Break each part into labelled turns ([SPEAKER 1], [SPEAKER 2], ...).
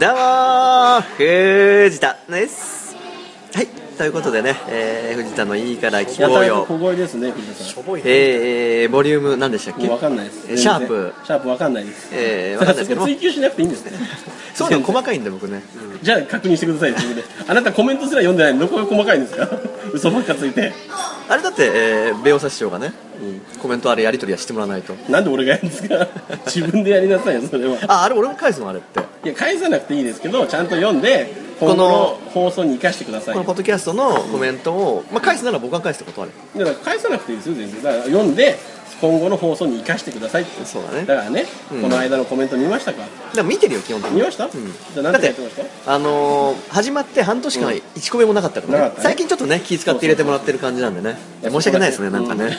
[SPEAKER 1] どうも藤田ですはいということでね、えー、藤田のいいから聞
[SPEAKER 2] や
[SPEAKER 1] こ
[SPEAKER 2] た
[SPEAKER 1] う
[SPEAKER 2] らと小
[SPEAKER 1] よ
[SPEAKER 2] 声ですね、藤田さ
[SPEAKER 1] えーえーボリューム何でしたっ
[SPEAKER 2] ん。も
[SPEAKER 1] け
[SPEAKER 2] うわかんないです。
[SPEAKER 1] シャープ
[SPEAKER 2] シャープわかんないです。
[SPEAKER 1] えーわかんないですけど
[SPEAKER 2] そこ追求しなくていいんですね。
[SPEAKER 1] そういうの細かいんだ僕ね、
[SPEAKER 2] じゃあ確認してください自分で。あなたコメントすら読んでないのどこが細かいんですか。 嘘ばっかついて。
[SPEAKER 1] あれだって、えー、ベオサ師匠がねコメントあれやり取りはしてもらわないと
[SPEAKER 2] なんで俺がやるんですか。 自分でやりなさいよそれは。
[SPEAKER 1] ああれ俺も返すのあれって
[SPEAKER 2] いや返さなくていいですけどちゃんと読んで
[SPEAKER 1] こ
[SPEAKER 2] 今後
[SPEAKER 1] の
[SPEAKER 2] の放送に生かしてください
[SPEAKER 1] この
[SPEAKER 2] よ。
[SPEAKER 1] ポッドキャストのコメントを、まあ、返すなら僕が返すってことある
[SPEAKER 2] だから返さなくていいですよ全然。だから読んで今後の放送に生かしてくださいって。
[SPEAKER 1] そうだね
[SPEAKER 2] だからね、
[SPEAKER 1] うん
[SPEAKER 2] この間のコメント見ましたか。
[SPEAKER 1] でも見てるよ基本的に
[SPEAKER 2] 見ました。
[SPEAKER 1] うん
[SPEAKER 2] じゃあ何て書いてました。
[SPEAKER 1] あのー始まって半年間1個目もなかったから
[SPEAKER 2] な
[SPEAKER 1] ね
[SPEAKER 2] か、ったね
[SPEAKER 1] 最近ちょっとね気遣って入れてもらってる感じなんでねいや申し訳ないですねなんかね、
[SPEAKER 2] う
[SPEAKER 1] うん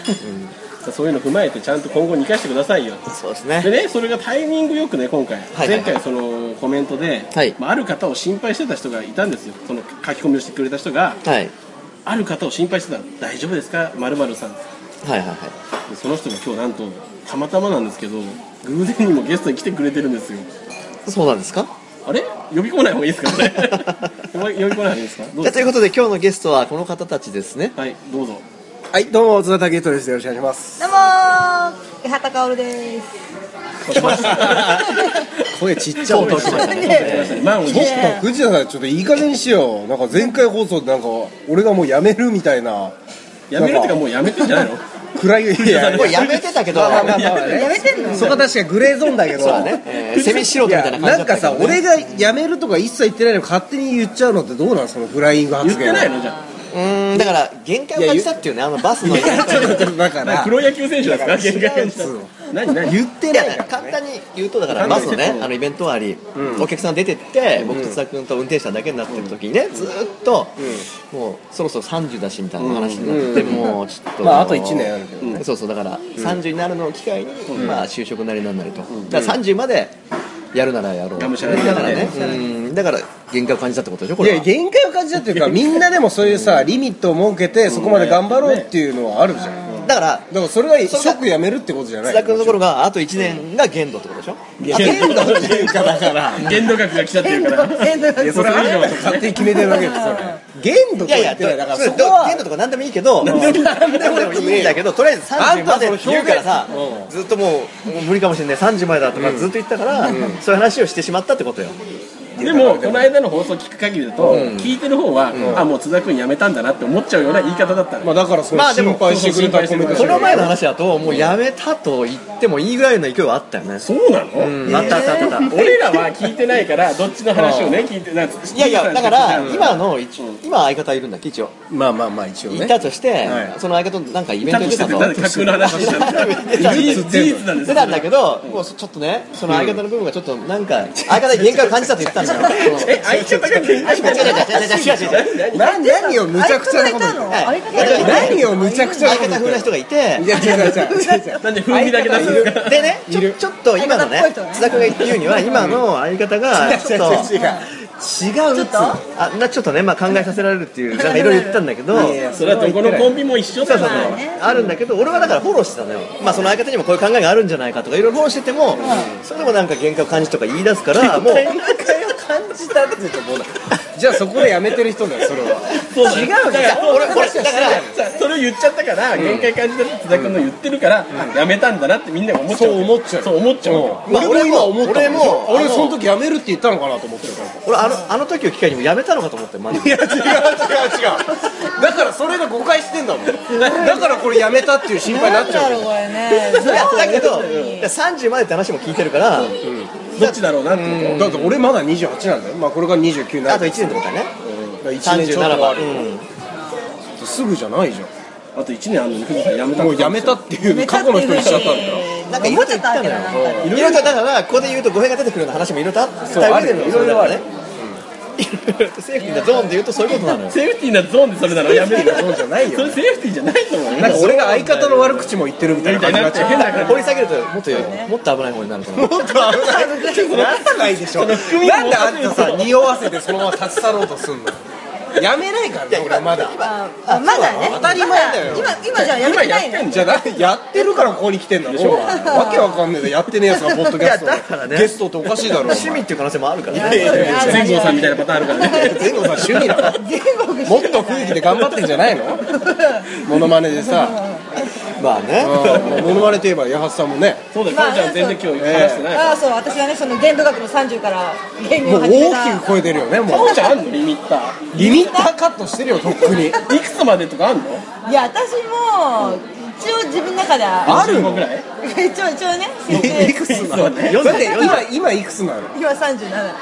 [SPEAKER 2] さあそういうの踏まえてちゃんと今後に生かしてくださいよ
[SPEAKER 1] そうです
[SPEAKER 2] で
[SPEAKER 1] ね
[SPEAKER 2] ねそれがタイミングよくね今回、
[SPEAKER 1] はい
[SPEAKER 2] 前回そのコメントで、
[SPEAKER 1] はい
[SPEAKER 2] まあ、ある方を心配してた人がいたんですよその書き込みをしてくれた人が
[SPEAKER 1] はい
[SPEAKER 2] ある方を心配してた大丈夫ですかまるまるさんで
[SPEAKER 1] はいはいはい
[SPEAKER 2] その人が今日なんとたまたまなんですけど偶然にもゲストに来てくれてるんですよ
[SPEAKER 1] そうなんですか
[SPEAKER 2] あれ呼び込まない方がいいですかこれ呼び込まない方がいいですかどう
[SPEAKER 1] じゃ
[SPEAKER 2] で
[SPEAKER 1] あとい
[SPEAKER 2] す
[SPEAKER 1] うことで今日のゲストはこの方たちですね
[SPEAKER 2] かはいどうぞ
[SPEAKER 3] はい、どうも、津田健人です。よろしくお願いします。
[SPEAKER 4] どうもー、江畑薫 です。
[SPEAKER 2] 来ました
[SPEAKER 3] 声ちっちゃい。
[SPEAKER 1] うそう
[SPEAKER 2] 満を持して
[SPEAKER 4] ね
[SPEAKER 3] 藤田さん、ちょっといい加減にしよう。なんか前回放送で、なんか、俺がもうやめるみたいな。
[SPEAKER 2] やめるってかもうやめてんじゃないの
[SPEAKER 3] 暗い。い や
[SPEAKER 1] もうやめてたけど、
[SPEAKER 3] まあまあまあまあ
[SPEAKER 4] や
[SPEAKER 3] ね。
[SPEAKER 4] めてんの
[SPEAKER 3] そこは確かにグレーゾーンだけど。
[SPEAKER 1] そうだね、えーセミ素人
[SPEAKER 3] い
[SPEAKER 1] みたいな
[SPEAKER 3] や、
[SPEAKER 1] 感じ
[SPEAKER 3] な
[SPEAKER 1] だ
[SPEAKER 3] ん
[SPEAKER 1] った
[SPEAKER 3] か
[SPEAKER 1] けど、
[SPEAKER 3] さ、
[SPEAKER 1] ね、
[SPEAKER 3] 俺がやめるとか一切言ってないのに勝手に言っちゃうのってどうなんそのフライング
[SPEAKER 2] 言っ
[SPEAKER 3] 発
[SPEAKER 2] て
[SPEAKER 3] 言。
[SPEAKER 2] ないのじゃあ
[SPEAKER 1] うーんだから限界を感じたっていうねあのバスの
[SPEAKER 3] いや、 ちょっとだか
[SPEAKER 2] まあ
[SPEAKER 3] ら
[SPEAKER 2] プ、ロ野球選手ですか限界
[SPEAKER 3] 違うっ
[SPEAKER 2] 何何
[SPEAKER 3] 言って
[SPEAKER 1] い
[SPEAKER 3] ない
[SPEAKER 1] や
[SPEAKER 3] から
[SPEAKER 1] 簡
[SPEAKER 3] ね。
[SPEAKER 1] 単に言うとだからバスのねあのイベント終わり、お客さん出てって僕と津田君と運転手さんだけになってる時にね、ずーっと、もうそろそろ30だしみたいな話になって、もうちょっと、
[SPEAKER 3] まああと一年あるけどね
[SPEAKER 1] うんそうそうだから30になるのを機会に、まあ就職なりなんなりと、だから30までやるならやろう
[SPEAKER 2] がむしゃらに
[SPEAKER 1] だから
[SPEAKER 2] が
[SPEAKER 1] ね
[SPEAKER 2] む
[SPEAKER 1] うんだから限界を感じたってことでしょこ
[SPEAKER 3] い
[SPEAKER 1] れは
[SPEAKER 3] や、限界を感じたっていうか、みんなでもそういうさ、リミットを設けて、そこまで頑張ろうっていうのはあるじゃん。
[SPEAKER 1] だから
[SPEAKER 3] だからそれは
[SPEAKER 1] それが
[SPEAKER 3] 即やめるってことじゃない
[SPEAKER 1] 津田君のところがあと1年が限度ってことでしょ、
[SPEAKER 3] 限度っていうかだから
[SPEAKER 2] 限度額が来ちゃってるから
[SPEAKER 3] いやそれあなたが勝手に決めてるわけですよ限度と
[SPEAKER 1] い
[SPEAKER 3] か
[SPEAKER 1] やいや、
[SPEAKER 3] 言ってないだからそ
[SPEAKER 1] そ
[SPEAKER 3] こ
[SPEAKER 1] れ
[SPEAKER 3] は
[SPEAKER 1] 限度とか何でもいいけど、何でもいいんだけど、とりあえず
[SPEAKER 3] あ
[SPEAKER 1] 30
[SPEAKER 3] んた
[SPEAKER 1] ま
[SPEAKER 3] は
[SPEAKER 1] で
[SPEAKER 3] その表現
[SPEAKER 1] 言うからさ
[SPEAKER 3] う、
[SPEAKER 1] ずっともう、もう無理かもしれない、30までだとかずっと言ったから、そういう話をしてしまったってことよ。
[SPEAKER 2] でもこの間の放送聞く限りだと聞いてる方はあもう津田君辞めたんだなって思っちゃうような言い方だった
[SPEAKER 3] ま
[SPEAKER 2] の
[SPEAKER 3] あだからその
[SPEAKER 1] まあでも
[SPEAKER 3] 心配してくれたコメント
[SPEAKER 1] この前の
[SPEAKER 3] だ
[SPEAKER 1] 話だと、もうやめたと言ってもいいぐらいの勢いはあったよね。
[SPEAKER 2] そうなの
[SPEAKER 1] うんあったあったあったあった。
[SPEAKER 2] 俺らは聞いてないからどっちの話をね聞いてなんか
[SPEAKER 1] いやいや、だから、
[SPEAKER 2] うん
[SPEAKER 1] 今の、一応今相方いるんだっけ、一応。
[SPEAKER 3] まあまあまあ一応
[SPEAKER 1] い
[SPEAKER 3] ね
[SPEAKER 1] たとして
[SPEAKER 3] は、い
[SPEAKER 1] その相方となんかイベン
[SPEAKER 2] だ
[SPEAKER 1] ト
[SPEAKER 2] と
[SPEAKER 1] に
[SPEAKER 2] し
[SPEAKER 1] 出
[SPEAKER 2] て
[SPEAKER 1] た
[SPEAKER 2] っ
[SPEAKER 1] と。
[SPEAKER 2] てなんで架空の話しちゃった事実事実なんで
[SPEAKER 1] 出
[SPEAKER 2] すよ
[SPEAKER 1] たんだけど、もうちょっとね、その相方の部分がちょっとなんか、相方に限界を感じたって言ってたんだ よ。
[SPEAKER 2] え相方が
[SPEAKER 1] 違う違う
[SPEAKER 2] 限
[SPEAKER 1] 違う違う違う違う違う
[SPEAKER 2] 界
[SPEAKER 1] 違う
[SPEAKER 3] な何をむちゃくちゃなこと言って
[SPEAKER 4] あれ
[SPEAKER 1] いやいや
[SPEAKER 3] 何をむちゃくちゃな
[SPEAKER 1] 相
[SPEAKER 3] こと言
[SPEAKER 1] 方
[SPEAKER 3] っ
[SPEAKER 1] 風な
[SPEAKER 3] て
[SPEAKER 1] 人がいて
[SPEAKER 3] いや違う違う違う
[SPEAKER 2] なんで風味だけ出すんですか
[SPEAKER 1] でねちょちょっと今のね
[SPEAKER 4] 相方っぽいとね
[SPEAKER 1] 津田君が言うには今の相方がちょっと
[SPEAKER 3] 違う違う違う
[SPEAKER 1] 違うっつうのあなちょっとねまあ考えさせられるっていうなんかいろいろ言ったんだけど
[SPEAKER 3] いやいや
[SPEAKER 2] それはどこのコンビも一緒
[SPEAKER 1] そ
[SPEAKER 2] だ
[SPEAKER 1] うそうそう
[SPEAKER 2] な
[SPEAKER 1] あるんだけど俺はだからフォローしてたのよまあその相方にもこういう考えがあるんじゃないかとかいろいろフォローしててもそれでもなんか限界を感じとか言い出すからもう
[SPEAKER 3] 限界を感じたって言うともうなじゃあそこでやめてる人だよそれは
[SPEAKER 2] そうだよ
[SPEAKER 3] 違う
[SPEAKER 2] だから
[SPEAKER 1] 俺これだから
[SPEAKER 2] さそれを言っちゃったから限界感じたって津田君の言ってるからあやめたんだなってみんなが思っちゃう
[SPEAKER 3] そう思っちゃう
[SPEAKER 2] そう思っちゃうよ
[SPEAKER 1] まあ
[SPEAKER 3] 俺も今思った
[SPEAKER 1] 俺も
[SPEAKER 3] 俺その時やめるって言ったのかなと思ってるから
[SPEAKER 1] 俺あのあの時を機会にもうやめたのかと思ってマジ
[SPEAKER 3] い
[SPEAKER 1] で
[SPEAKER 3] や違う違う違うだからそれが誤解してんだもんだからこれやめたっていう心配になっちゃう
[SPEAKER 4] これね。
[SPEAKER 1] いやだけどいや30までって話も聞いてるから
[SPEAKER 2] どっちだろうなっていう
[SPEAKER 3] だって俺まだ28なんだよ、まあ、これが29にな
[SPEAKER 1] あ
[SPEAKER 3] る
[SPEAKER 1] と1年ってことだね
[SPEAKER 3] 1年ちょっ
[SPEAKER 1] 37
[SPEAKER 3] と
[SPEAKER 1] 番
[SPEAKER 3] ある、すぐじゃないじゃ
[SPEAKER 2] あと1年あんのに藤田さんやめた
[SPEAKER 3] んもうやめたっていう 過去の人にしちゃったんだよ
[SPEAKER 1] なんかいろいろ言ったのよいろいろとだからここで言うと語弊が出てくるような話もいろいろとあったわけだよ
[SPEAKER 3] そうあるよ
[SPEAKER 1] いろいろあるね政府のゾーンで言うとそういうことなのよ
[SPEAKER 2] セーフティーなゾーンでそれならやめるよ
[SPEAKER 3] そうじゃない
[SPEAKER 2] そ
[SPEAKER 3] よ
[SPEAKER 2] れセーフティーじゃないと思うよ
[SPEAKER 3] なんか俺が相方の悪口も言ってるみたいな感じになっちゃう
[SPEAKER 2] 変な感
[SPEAKER 1] 掘り下げるともっともっと危ない方になると思う
[SPEAKER 3] もっと危ないなんないでしょなんであんたさ匂わせてそのまま立ち去ろうとすんのやめないからね俺まだ
[SPEAKER 4] ああまだね
[SPEAKER 3] 当たり前だよ
[SPEAKER 4] 今今じゃやめ
[SPEAKER 2] 今
[SPEAKER 4] て
[SPEAKER 2] や
[SPEAKER 4] な
[SPEAKER 2] っ
[SPEAKER 4] い
[SPEAKER 2] てん
[SPEAKER 4] の
[SPEAKER 2] じ
[SPEAKER 3] じ
[SPEAKER 2] ゃ
[SPEAKER 3] ゃ
[SPEAKER 2] ん
[SPEAKER 3] なやってるからここに来てんだろ
[SPEAKER 2] でしょ
[SPEAKER 3] お前わけわかんねえでやってねえやつがポッドキャスト
[SPEAKER 1] いやだからね
[SPEAKER 3] ゲストっておかしいだろお前
[SPEAKER 1] 趣味っていう可能性もあるから
[SPEAKER 4] あそう
[SPEAKER 1] ね
[SPEAKER 4] ねある
[SPEAKER 2] 全郷さんみたいなパターンあるからね
[SPEAKER 3] 全部さ趣味だろ
[SPEAKER 4] 全国
[SPEAKER 3] もっと雰囲気で頑張ってんじゃないのモノマネでさ
[SPEAKER 1] まあね
[SPEAKER 3] うんモノマネといえば八幡さんもね
[SPEAKER 2] そうだよ、
[SPEAKER 4] まあ
[SPEAKER 2] こうちゃん全然今日話してないか
[SPEAKER 4] ああそう私がねその限度額の30からゲーム
[SPEAKER 3] も
[SPEAKER 4] を
[SPEAKER 3] う
[SPEAKER 4] 始めた
[SPEAKER 3] 大きく超えてるよね
[SPEAKER 2] ら。
[SPEAKER 3] も
[SPEAKER 2] こ
[SPEAKER 3] う
[SPEAKER 2] うちゃんあんのリミッター。
[SPEAKER 3] リミッターカットしてるよとっくに
[SPEAKER 2] いくつまでとかあんの
[SPEAKER 4] いや私も一応自分の中では
[SPEAKER 3] ある
[SPEAKER 2] ?15 ぐらい
[SPEAKER 4] 一応一応ね設
[SPEAKER 3] い
[SPEAKER 4] 定
[SPEAKER 3] いくつな
[SPEAKER 2] そ
[SPEAKER 3] の
[SPEAKER 2] うね
[SPEAKER 3] だって今今いくつなの
[SPEAKER 4] 今37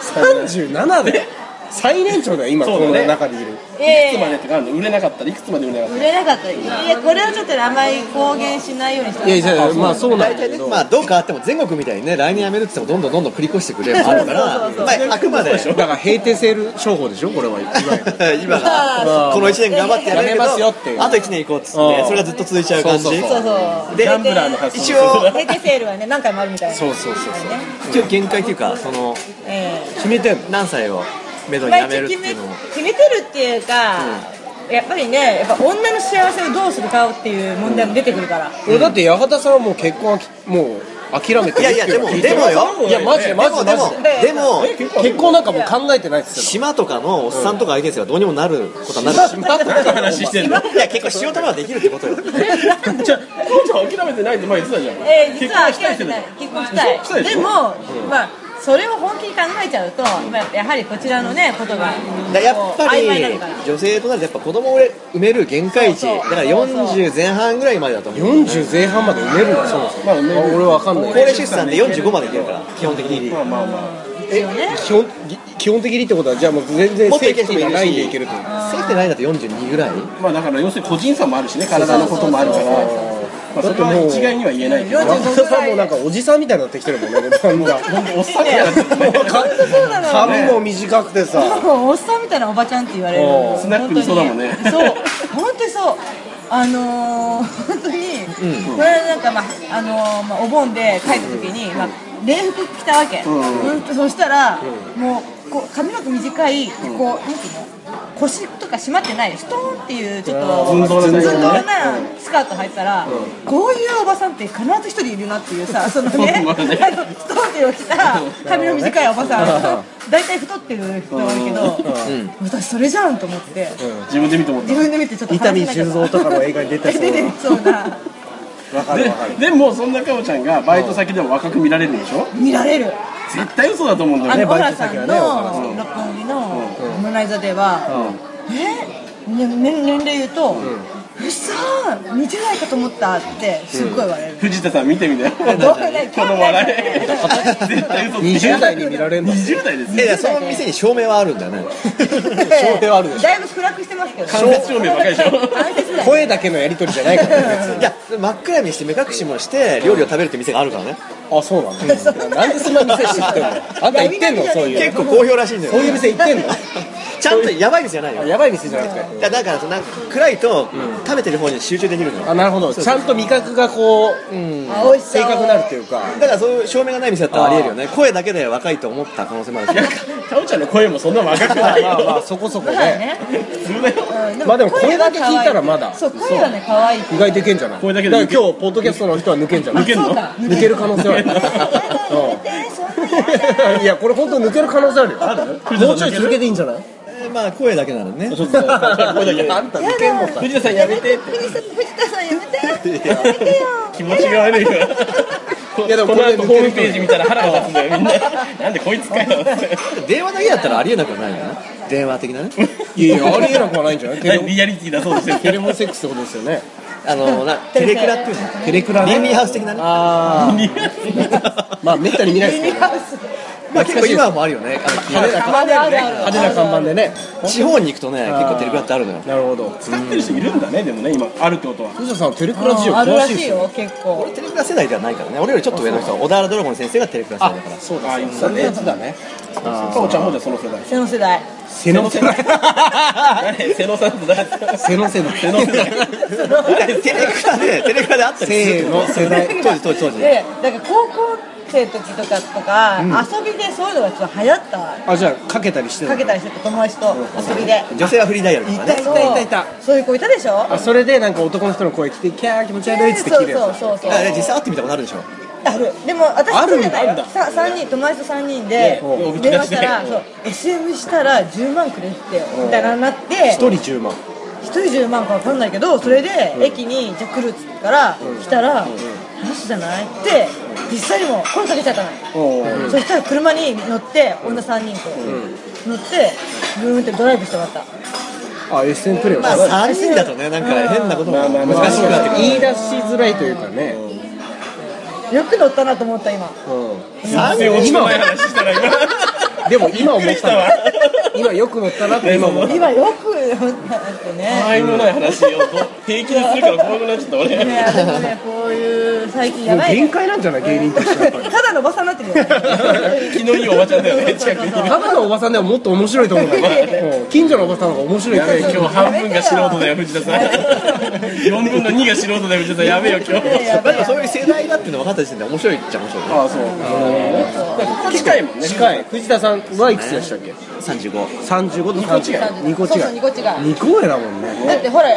[SPEAKER 3] 37で最年長だよ今
[SPEAKER 2] そ
[SPEAKER 3] こ
[SPEAKER 2] うだね
[SPEAKER 3] の中にいる
[SPEAKER 4] え
[SPEAKER 2] いくつまでとかあんの売れなかったらいくつまで売れなかっ
[SPEAKER 4] 売れなかったいやこれはちょっとねあんまり公言しないようにした
[SPEAKER 3] いやいやまあそうなん
[SPEAKER 1] 大
[SPEAKER 3] だけ
[SPEAKER 1] 体ね
[SPEAKER 3] ど、
[SPEAKER 1] まあどう変わっても全国みたいにね来年辞めるって言ってもどんどんどんどん繰り越してくれもあるから
[SPEAKER 4] そうそうそう
[SPEAKER 1] まああくまで
[SPEAKER 3] だから平定セール商法でしょこれはいわゆ る
[SPEAKER 1] 今がこの1年頑張ってやるけど
[SPEAKER 3] やめますよっていう
[SPEAKER 1] あと1年行こうっつって
[SPEAKER 3] うん
[SPEAKER 1] それがずっと続いちゃう感じ
[SPEAKER 3] そうそう
[SPEAKER 4] そうそう
[SPEAKER 2] た。ギャンブラーの発想
[SPEAKER 1] 一応
[SPEAKER 4] 平定セールはね何回もあるみたいな
[SPEAKER 3] そうそうそうそう
[SPEAKER 4] ね
[SPEAKER 1] 一応限界っていうかその
[SPEAKER 4] え
[SPEAKER 3] 決めてんの
[SPEAKER 1] 何歳をめど
[SPEAKER 4] え
[SPEAKER 1] に
[SPEAKER 4] まあ
[SPEAKER 1] 辞め
[SPEAKER 4] 一
[SPEAKER 1] るって
[SPEAKER 4] 応決め
[SPEAKER 1] いうのを
[SPEAKER 4] 決めてるっていうかやっぱりねやっぱ女の幸せをどうするかっていう問題も出てくるから
[SPEAKER 3] 俺だって八幡さんはもう結婚はきもう諦めて
[SPEAKER 1] い
[SPEAKER 3] る
[SPEAKER 1] や
[SPEAKER 3] っ
[SPEAKER 1] い
[SPEAKER 3] て
[SPEAKER 1] や
[SPEAKER 3] いう
[SPEAKER 1] で
[SPEAKER 3] の
[SPEAKER 1] も
[SPEAKER 3] は聞い
[SPEAKER 1] でもよ
[SPEAKER 3] ていやマジでマジで
[SPEAKER 1] で
[SPEAKER 3] マ
[SPEAKER 1] も
[SPEAKER 3] ジ
[SPEAKER 1] でもでも
[SPEAKER 3] で結婚なんかもう考えてないっすよ
[SPEAKER 1] 島とかのおっさんとか相手ですがどうにもなることはなるし
[SPEAKER 3] 島とか
[SPEAKER 2] 何の話してんの
[SPEAKER 1] いや結構仕事はできるって ことよ
[SPEAKER 2] じゃあ、こうちゃん諦めてないって前言ってたじゃん。
[SPEAKER 4] ええ実は
[SPEAKER 2] 結婚したいっ
[SPEAKER 4] 諦め
[SPEAKER 2] て
[SPEAKER 4] て
[SPEAKER 2] ね
[SPEAKER 4] ない結婚したい
[SPEAKER 2] 結婚したいでし
[SPEAKER 4] で
[SPEAKER 2] ょ
[SPEAKER 4] もまあそれを本気に考えちゃうと今やはりこちらのねことが
[SPEAKER 1] だやっぱり
[SPEAKER 4] こう曖昧なのかな
[SPEAKER 1] 女性となるとやっぱ子供を埋める限界値
[SPEAKER 4] そう
[SPEAKER 1] だ
[SPEAKER 4] そう
[SPEAKER 1] から40前半ぐらいまでだと思う
[SPEAKER 3] 40前半まで埋めるのそうそう、まあ、俺わかんない
[SPEAKER 1] 高齢出産で45までいけるから基本的に
[SPEAKER 2] まあまあま
[SPEAKER 4] 一応ね
[SPEAKER 3] 基本基本的にってことはじゃあもう全然
[SPEAKER 1] もっと
[SPEAKER 3] セ
[SPEAKER 1] い
[SPEAKER 3] ー
[SPEAKER 1] ける
[SPEAKER 3] フテ
[SPEAKER 1] 人
[SPEAKER 3] ィ
[SPEAKER 1] もいるし
[SPEAKER 3] ーないんでいけると思う
[SPEAKER 1] セーフティーないだと42ぐらい
[SPEAKER 2] あ。まあだから、要するに個人差もあるしね、体のこともあるから。まあ、それは一概には言えないけど。
[SPEAKER 4] 45
[SPEAKER 3] 八幡さんもなんかおじさんみたいになってきてるもんねだんだん
[SPEAKER 2] ほんとおっさん や
[SPEAKER 4] 本当そうなのよ
[SPEAKER 3] 髪も短くてさ
[SPEAKER 4] おっさんみたいなおばちゃんって言われる
[SPEAKER 3] おう
[SPEAKER 2] スナックにそうだもんね
[SPEAKER 4] 本当にそう本当にそうあのー、本当に、これなんかまああのーまあ、お盆で帰った時に、まあ、礼服着たわけ、うんとそしたら、もうこう髪の毛短いこう、なんていうの腰とか締まってないストーンっていうちょっと
[SPEAKER 2] 寸胴なね
[SPEAKER 4] 寸胴なスカート履いてたら、こういうおばさんって必ず一人いるなっていう さそのね
[SPEAKER 2] ほんまだね
[SPEAKER 4] あのストーンっていうのを着た髪の短いおばさん大体太ってる人多いけど、私それじゃんと思って
[SPEAKER 2] 自分で見て思った
[SPEAKER 4] 自。分で見てちょっと
[SPEAKER 3] 伊丹十三とかの映画に出てそう
[SPEAKER 4] 出てそうな
[SPEAKER 3] わかるわかる
[SPEAKER 2] ででもそんなかおちゃんがバイト先でも若く見られるんでしょ
[SPEAKER 4] 見られる
[SPEAKER 2] 絶対嘘だと思うんだよ
[SPEAKER 4] あ
[SPEAKER 2] ね
[SPEAKER 4] のオ
[SPEAKER 3] バイ
[SPEAKER 4] ラ
[SPEAKER 3] ト
[SPEAKER 4] さん
[SPEAKER 3] 先は
[SPEAKER 4] の
[SPEAKER 3] ね
[SPEAKER 4] 六本木のオムライザではえねね年齢言うと「うっそー似てないかと思った」ってすっごい言われる
[SPEAKER 2] 藤田さん見てみてこ
[SPEAKER 4] どうね
[SPEAKER 2] の笑い絶対嘘
[SPEAKER 3] 20代に見られるんだ
[SPEAKER 2] 20代です
[SPEAKER 1] え
[SPEAKER 2] よ
[SPEAKER 1] だからその店に照明はあるんだ よね
[SPEAKER 3] 証明はあるでしょ
[SPEAKER 4] だいぶ暗くしてますけど
[SPEAKER 2] 間接照明ばっかりでしょ
[SPEAKER 4] 間接だよ
[SPEAKER 3] 声だけのやり取りじゃないからね
[SPEAKER 1] いや真っ暗にして目隠しもして料理を食べるって店があるからね
[SPEAKER 3] あそうなのなんでそんな店知ってんのあんた行ってんのそういう
[SPEAKER 1] 結構好評らしいんだよ
[SPEAKER 3] そういう店行ってんの
[SPEAKER 1] ちゃんとやばい店じゃないよ
[SPEAKER 3] あやばい店じゃなくて
[SPEAKER 1] だからなんか暗いと食べてる方に集中できるのよ
[SPEAKER 3] あなるほどちゃんと味覚がこう、うん、
[SPEAKER 4] あ美味しそう
[SPEAKER 3] 正確になるっていうか
[SPEAKER 1] だからそういう照明がない店だったらありえるよね声だけで若いと思った可能性もあるし
[SPEAKER 2] いやかおちゃんの声もそんな若くない
[SPEAKER 3] まあまあ
[SPEAKER 2] よ
[SPEAKER 3] そこそこ
[SPEAKER 4] まだ
[SPEAKER 3] ね
[SPEAKER 4] ね
[SPEAKER 2] 普通だよ
[SPEAKER 3] まあでも声だけ聞いたらまだ
[SPEAKER 4] そう声はね可愛い
[SPEAKER 3] 意外といけんじゃない
[SPEAKER 2] これだけで
[SPEAKER 3] だ
[SPEAKER 2] 抜
[SPEAKER 3] か
[SPEAKER 2] け
[SPEAKER 3] ら今日ポッドキャストの人は抜けんじゃない
[SPEAKER 2] 抜けん
[SPEAKER 4] そう
[SPEAKER 2] の
[SPEAKER 4] か
[SPEAKER 3] 抜ける可能性はあるいやこれ本当抜ける可能性あるよ
[SPEAKER 2] ある
[SPEAKER 3] もうちょい続けていいんじゃない
[SPEAKER 1] えーまあ声だけならね
[SPEAKER 2] ちょっと声だけ
[SPEAKER 3] あんた抜けんのか
[SPEAKER 2] 藤田さんやめてって
[SPEAKER 4] 藤田さんやめてやめてよ
[SPEAKER 2] 気持ちが悪いわ
[SPEAKER 3] いやでも
[SPEAKER 2] こ
[SPEAKER 3] こ
[SPEAKER 2] の
[SPEAKER 3] れ
[SPEAKER 2] 後
[SPEAKER 3] 抜
[SPEAKER 2] ホ
[SPEAKER 3] け
[SPEAKER 2] ー
[SPEAKER 3] る
[SPEAKER 2] ムページ見たら腹が立つんだ よみんななんでこいつかよって
[SPEAKER 1] 電話だけだったらありえなくはないよね電話的なね
[SPEAKER 3] いやいやありえなくはないんじゃないテレ
[SPEAKER 2] リアリティだそうとしてる
[SPEAKER 3] テレフォンセックスってことですよね
[SPEAKER 1] あのな テレクラっていうの
[SPEAKER 3] テレクラ
[SPEAKER 1] リンリンハウス的なね
[SPEAKER 3] あ
[SPEAKER 2] リ
[SPEAKER 3] あまあめったに見ないですけどね
[SPEAKER 1] まあ結構今もあるよねあの
[SPEAKER 3] 派手な
[SPEAKER 4] まだあるある
[SPEAKER 3] 派手な看板でね
[SPEAKER 1] 地方に行くとね結構テレクラってあるのよ
[SPEAKER 3] なるほど
[SPEAKER 2] 使ってる人いるんだねでもね今あるってことは
[SPEAKER 3] 藤田さんテレクラ事情
[SPEAKER 4] ある
[SPEAKER 3] 詳
[SPEAKER 4] ら
[SPEAKER 3] しいで
[SPEAKER 4] し
[SPEAKER 3] す
[SPEAKER 4] い
[SPEAKER 3] よ
[SPEAKER 4] よ結構
[SPEAKER 1] 俺テレクラ世代ではないからね俺よりちょっと上の人は小田原ドラゴンの先生がテレクラ世代だから
[SPEAKER 3] そう
[SPEAKER 2] あ
[SPEAKER 3] だ
[SPEAKER 2] あいい
[SPEAKER 3] ね
[SPEAKER 2] んだ
[SPEAKER 3] そんなやつだね
[SPEAKER 2] かおちゃんもじゃあその世代
[SPEAKER 4] その世代
[SPEAKER 3] 背の背の
[SPEAKER 2] 誰瀬野さんと誰
[SPEAKER 3] 背の背の
[SPEAKER 2] 瀬 野世代
[SPEAKER 1] テレクラでテレクラであったりする
[SPEAKER 3] せーの世代
[SPEAKER 1] 当時当時当時
[SPEAKER 4] でだから高校生の時とかとか、遊びでそういうのがちょっと流行った
[SPEAKER 3] あじゃあかけたりしてた
[SPEAKER 4] かけたりしてた友達と遊びで、
[SPEAKER 1] 女性はフリーダイヤルとか
[SPEAKER 3] いた
[SPEAKER 1] ね
[SPEAKER 3] いたいたいた
[SPEAKER 4] そういう子いたでしょ
[SPEAKER 3] あそれでなんか男の人の声聞いてキャー気持ち悪いっつって切るやつ
[SPEAKER 4] そうそうそう
[SPEAKER 1] だ
[SPEAKER 4] そ
[SPEAKER 1] か
[SPEAKER 4] う
[SPEAKER 1] ら実際会ってみたことあるでしょ
[SPEAKER 4] あるでも私
[SPEAKER 3] あるんだ
[SPEAKER 4] 住でた
[SPEAKER 3] あるんだ
[SPEAKER 4] さ三人友達と3人で
[SPEAKER 3] お
[SPEAKER 2] う
[SPEAKER 4] 電話したら
[SPEAKER 2] おう
[SPEAKER 4] そう SM したら10万くれってみたいなのになって
[SPEAKER 3] 一人十万
[SPEAKER 4] 1人10万か分かんないけどそれで駅にじゃあ来るっつったから来たら「マジじゃない?」って実際にも声かけちゃったの
[SPEAKER 3] おー
[SPEAKER 4] そしたら車に乗って女3人と乗ってブーンってドライブしてもらった
[SPEAKER 3] あ SN プレイを
[SPEAKER 1] ま
[SPEAKER 3] し
[SPEAKER 1] あ3人だとねなんか変なことも
[SPEAKER 2] まあまあまあ
[SPEAKER 1] 難しくなってく
[SPEAKER 3] た
[SPEAKER 1] る
[SPEAKER 3] 言い出しづらいというかね
[SPEAKER 4] よく乗ったなと思った今
[SPEAKER 2] 全然落ちのない話した ら今
[SPEAKER 3] でも今思
[SPEAKER 2] びっく
[SPEAKER 3] っ
[SPEAKER 2] りした
[SPEAKER 3] た
[SPEAKER 2] わ
[SPEAKER 3] の今よく乗ったなって今思っ
[SPEAKER 4] 今よく乗ったなってね
[SPEAKER 2] 愛のない話を平気にするから怖くなっちゃ った俺
[SPEAKER 4] ねでもねこういう最近
[SPEAKER 3] た
[SPEAKER 4] や
[SPEAKER 3] もう
[SPEAKER 4] ばいね
[SPEAKER 3] 限界なんじゃない芸人としてやっぱり
[SPEAKER 4] ただのおばさんになってるよ
[SPEAKER 2] 気のいいおばちゃんだよね近くに
[SPEAKER 4] そうそう
[SPEAKER 3] ただのおばさんでももっと面白いと思うんだけどうん近所のおばさんの方が面白い
[SPEAKER 2] や
[SPEAKER 3] から
[SPEAKER 2] べえ今日半分が素人だよ藤田さん4分の2が素人だよ藤田さんやべえよ今
[SPEAKER 4] いやいや
[SPEAKER 2] 日
[SPEAKER 1] まあでもそういう世代だっていうの分かった時点で面白いっちゃ面白いね
[SPEAKER 2] ああそう近いもんね
[SPEAKER 3] 近い藤田さんはいくつでしたっけ
[SPEAKER 1] 35
[SPEAKER 3] 35と30 2個
[SPEAKER 4] そうそう二
[SPEAKER 3] 違い
[SPEAKER 4] 個違い
[SPEAKER 3] 2個上だもんね
[SPEAKER 4] だってほら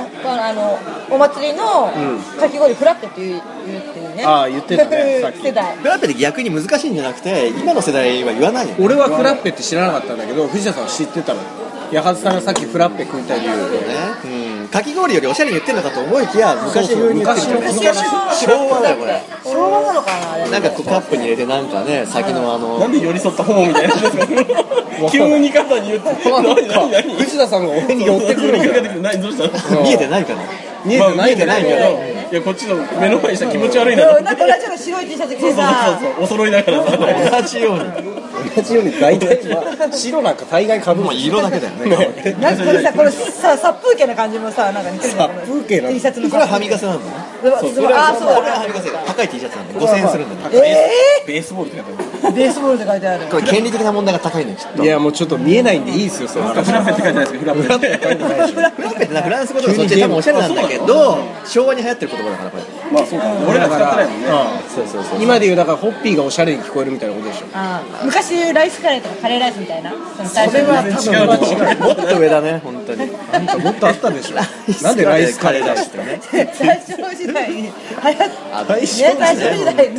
[SPEAKER 4] あのお祭りのかき氷フラッペっていう言うっていうね
[SPEAKER 3] あー言ってた ねさっき
[SPEAKER 4] 世代
[SPEAKER 1] フラッペで逆に難しいんじゃなくて今の世代は言わないよね
[SPEAKER 3] 俺はフラッペって知らなかったんだけど藤田さんは知ってたの矢幡さんがさっきフラッペ食いたいって言う
[SPEAKER 1] うんかき氷よりおしゃれに言ってるのかと思いきや昔風に言ってるよね
[SPEAKER 3] 昔
[SPEAKER 4] 昔の
[SPEAKER 1] 昭和だよこれ
[SPEAKER 4] 昭和なのかなあれ
[SPEAKER 1] なんかこうカップに入れてなんかね先のあ
[SPEAKER 2] な
[SPEAKER 1] の
[SPEAKER 2] んで寄り添ったホモみたいなやつが急に肩に言って何何何
[SPEAKER 3] 藤田さんが俺に寄ってくるん
[SPEAKER 2] か
[SPEAKER 3] だ
[SPEAKER 2] け
[SPEAKER 3] よ
[SPEAKER 2] てくる何どうしたの
[SPEAKER 1] 見えてないかな
[SPEAKER 3] 見えてないけど
[SPEAKER 2] まあ見えてないけどいやこっちの目の前にしたら気持ち悪いなと思
[SPEAKER 4] そう
[SPEAKER 2] っ
[SPEAKER 4] なん
[SPEAKER 2] て
[SPEAKER 4] か同じような白い T シャツ着
[SPEAKER 2] そうそ
[SPEAKER 4] て
[SPEAKER 2] う
[SPEAKER 4] さ
[SPEAKER 2] そうそうお揃いだからさ
[SPEAKER 1] 同じように
[SPEAKER 3] 同じように大体まあ白なんか大概かぶる
[SPEAKER 1] もう色だけだよね
[SPEAKER 3] ね
[SPEAKER 4] なんかこれさこのさ殺風景な感じもさなんか似てるじゃんこの
[SPEAKER 3] 殺風景な
[SPEAKER 4] T シャツの
[SPEAKER 1] これははみ出せなのね
[SPEAKER 4] そうそうあーそう
[SPEAKER 1] これははみ出せ
[SPEAKER 4] だ
[SPEAKER 1] 高い T シャツなんで5000円するんだね
[SPEAKER 4] え
[SPEAKER 2] ベースボールってやった
[SPEAKER 4] ーベースボールって書いてある
[SPEAKER 1] これ権利的な問題が高いのよきっと
[SPEAKER 3] いやもうちょっと見えないんでいいですよその
[SPEAKER 2] フ
[SPEAKER 3] 話
[SPEAKER 2] ラッペって書いてないですかフラッペ
[SPEAKER 1] フラッペってなフランス語とかそっちで多分おしゃれなんだけど昭和に流行ってる言葉だからこれ
[SPEAKER 2] まあそうか俺ら使ってないもんね
[SPEAKER 1] そうそうそう
[SPEAKER 3] 今で言うだからホッピーがおしゃれに聞こえるみたいなことでしょ
[SPEAKER 4] あー昔ライスカレーとかカレーライスみたいなその最初のね
[SPEAKER 2] 違うと思う
[SPEAKER 1] もっと上だね本当に
[SPEAKER 3] なんかもっとあったでしょなんでライスカレーだし
[SPEAKER 1] してね
[SPEAKER 4] 最初の時代に流行った
[SPEAKER 1] あ
[SPEAKER 4] ね
[SPEAKER 1] 大将
[SPEAKER 4] 最
[SPEAKER 1] だ
[SPEAKER 4] 初の時代
[SPEAKER 1] ね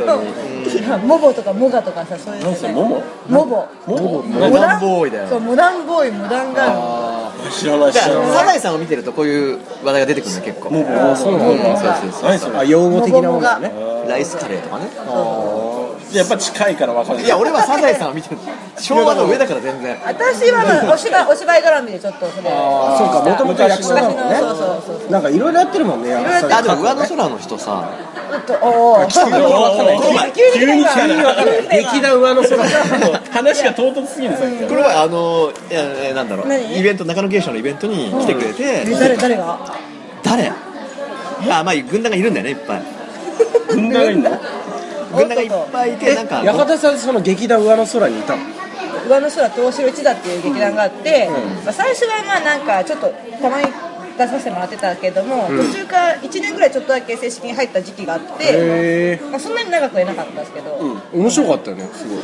[SPEAKER 4] のモボとかモガとかさそういう世代
[SPEAKER 2] モモ
[SPEAKER 4] モボ
[SPEAKER 2] モモ
[SPEAKER 1] モダンボーイだ
[SPEAKER 4] そ
[SPEAKER 1] よ
[SPEAKER 4] うモダンボーイモダンガール
[SPEAKER 2] 知らない知
[SPEAKER 1] だから
[SPEAKER 2] らない
[SPEAKER 1] サザエさんを見てるとこういう話題が出てくるの結構
[SPEAKER 2] モモそうな
[SPEAKER 1] そう
[SPEAKER 2] の
[SPEAKER 1] そうそう
[SPEAKER 2] 何そ
[SPEAKER 3] あ
[SPEAKER 2] れ
[SPEAKER 3] 用語的なものがね
[SPEAKER 1] ライスカレーとかね
[SPEAKER 2] やっぱ近いからわかんない
[SPEAKER 1] いや俺はサザエさんを見てる昭和の上だから全然
[SPEAKER 4] 私はまあお芝居お芝居絡みでちょっとそれ
[SPEAKER 3] あそうかもともと役者だもんね
[SPEAKER 4] そうそうそう
[SPEAKER 3] なんかいろいろやってるもんね矢
[SPEAKER 4] いろいろ
[SPEAKER 3] 幡さ
[SPEAKER 4] や
[SPEAKER 1] あ
[SPEAKER 3] ん
[SPEAKER 1] でも上の空の人さ
[SPEAKER 4] ちょっとおー
[SPEAKER 3] 急にわかんない
[SPEAKER 2] おー
[SPEAKER 4] 急に来た
[SPEAKER 2] 急に来た
[SPEAKER 4] 今
[SPEAKER 3] 劇団上の空
[SPEAKER 2] もう話が唐突すぎるさっき
[SPEAKER 1] これはあのいやえーなんだろう
[SPEAKER 4] 何
[SPEAKER 1] イベント中野芸者のイベントに来てくれて
[SPEAKER 4] え誰誰が
[SPEAKER 1] 誰あまあ軍団がいるんだよねいっぱい
[SPEAKER 2] ら軍団がいいんだ
[SPEAKER 1] 軍団がいっぱいいてなんか
[SPEAKER 3] 矢幡さんその劇団上の空にいたの
[SPEAKER 4] 上の空東城一座っていう劇団があって、まあ、最初はまあなんかちょっとたまに出させてもらってたけども、途中から1年ぐらいちょっとだけ正式に入った時期があって、
[SPEAKER 3] へえ
[SPEAKER 4] まあ、そんなに長くはいなかったんですけど、
[SPEAKER 3] 面白かったよねすごい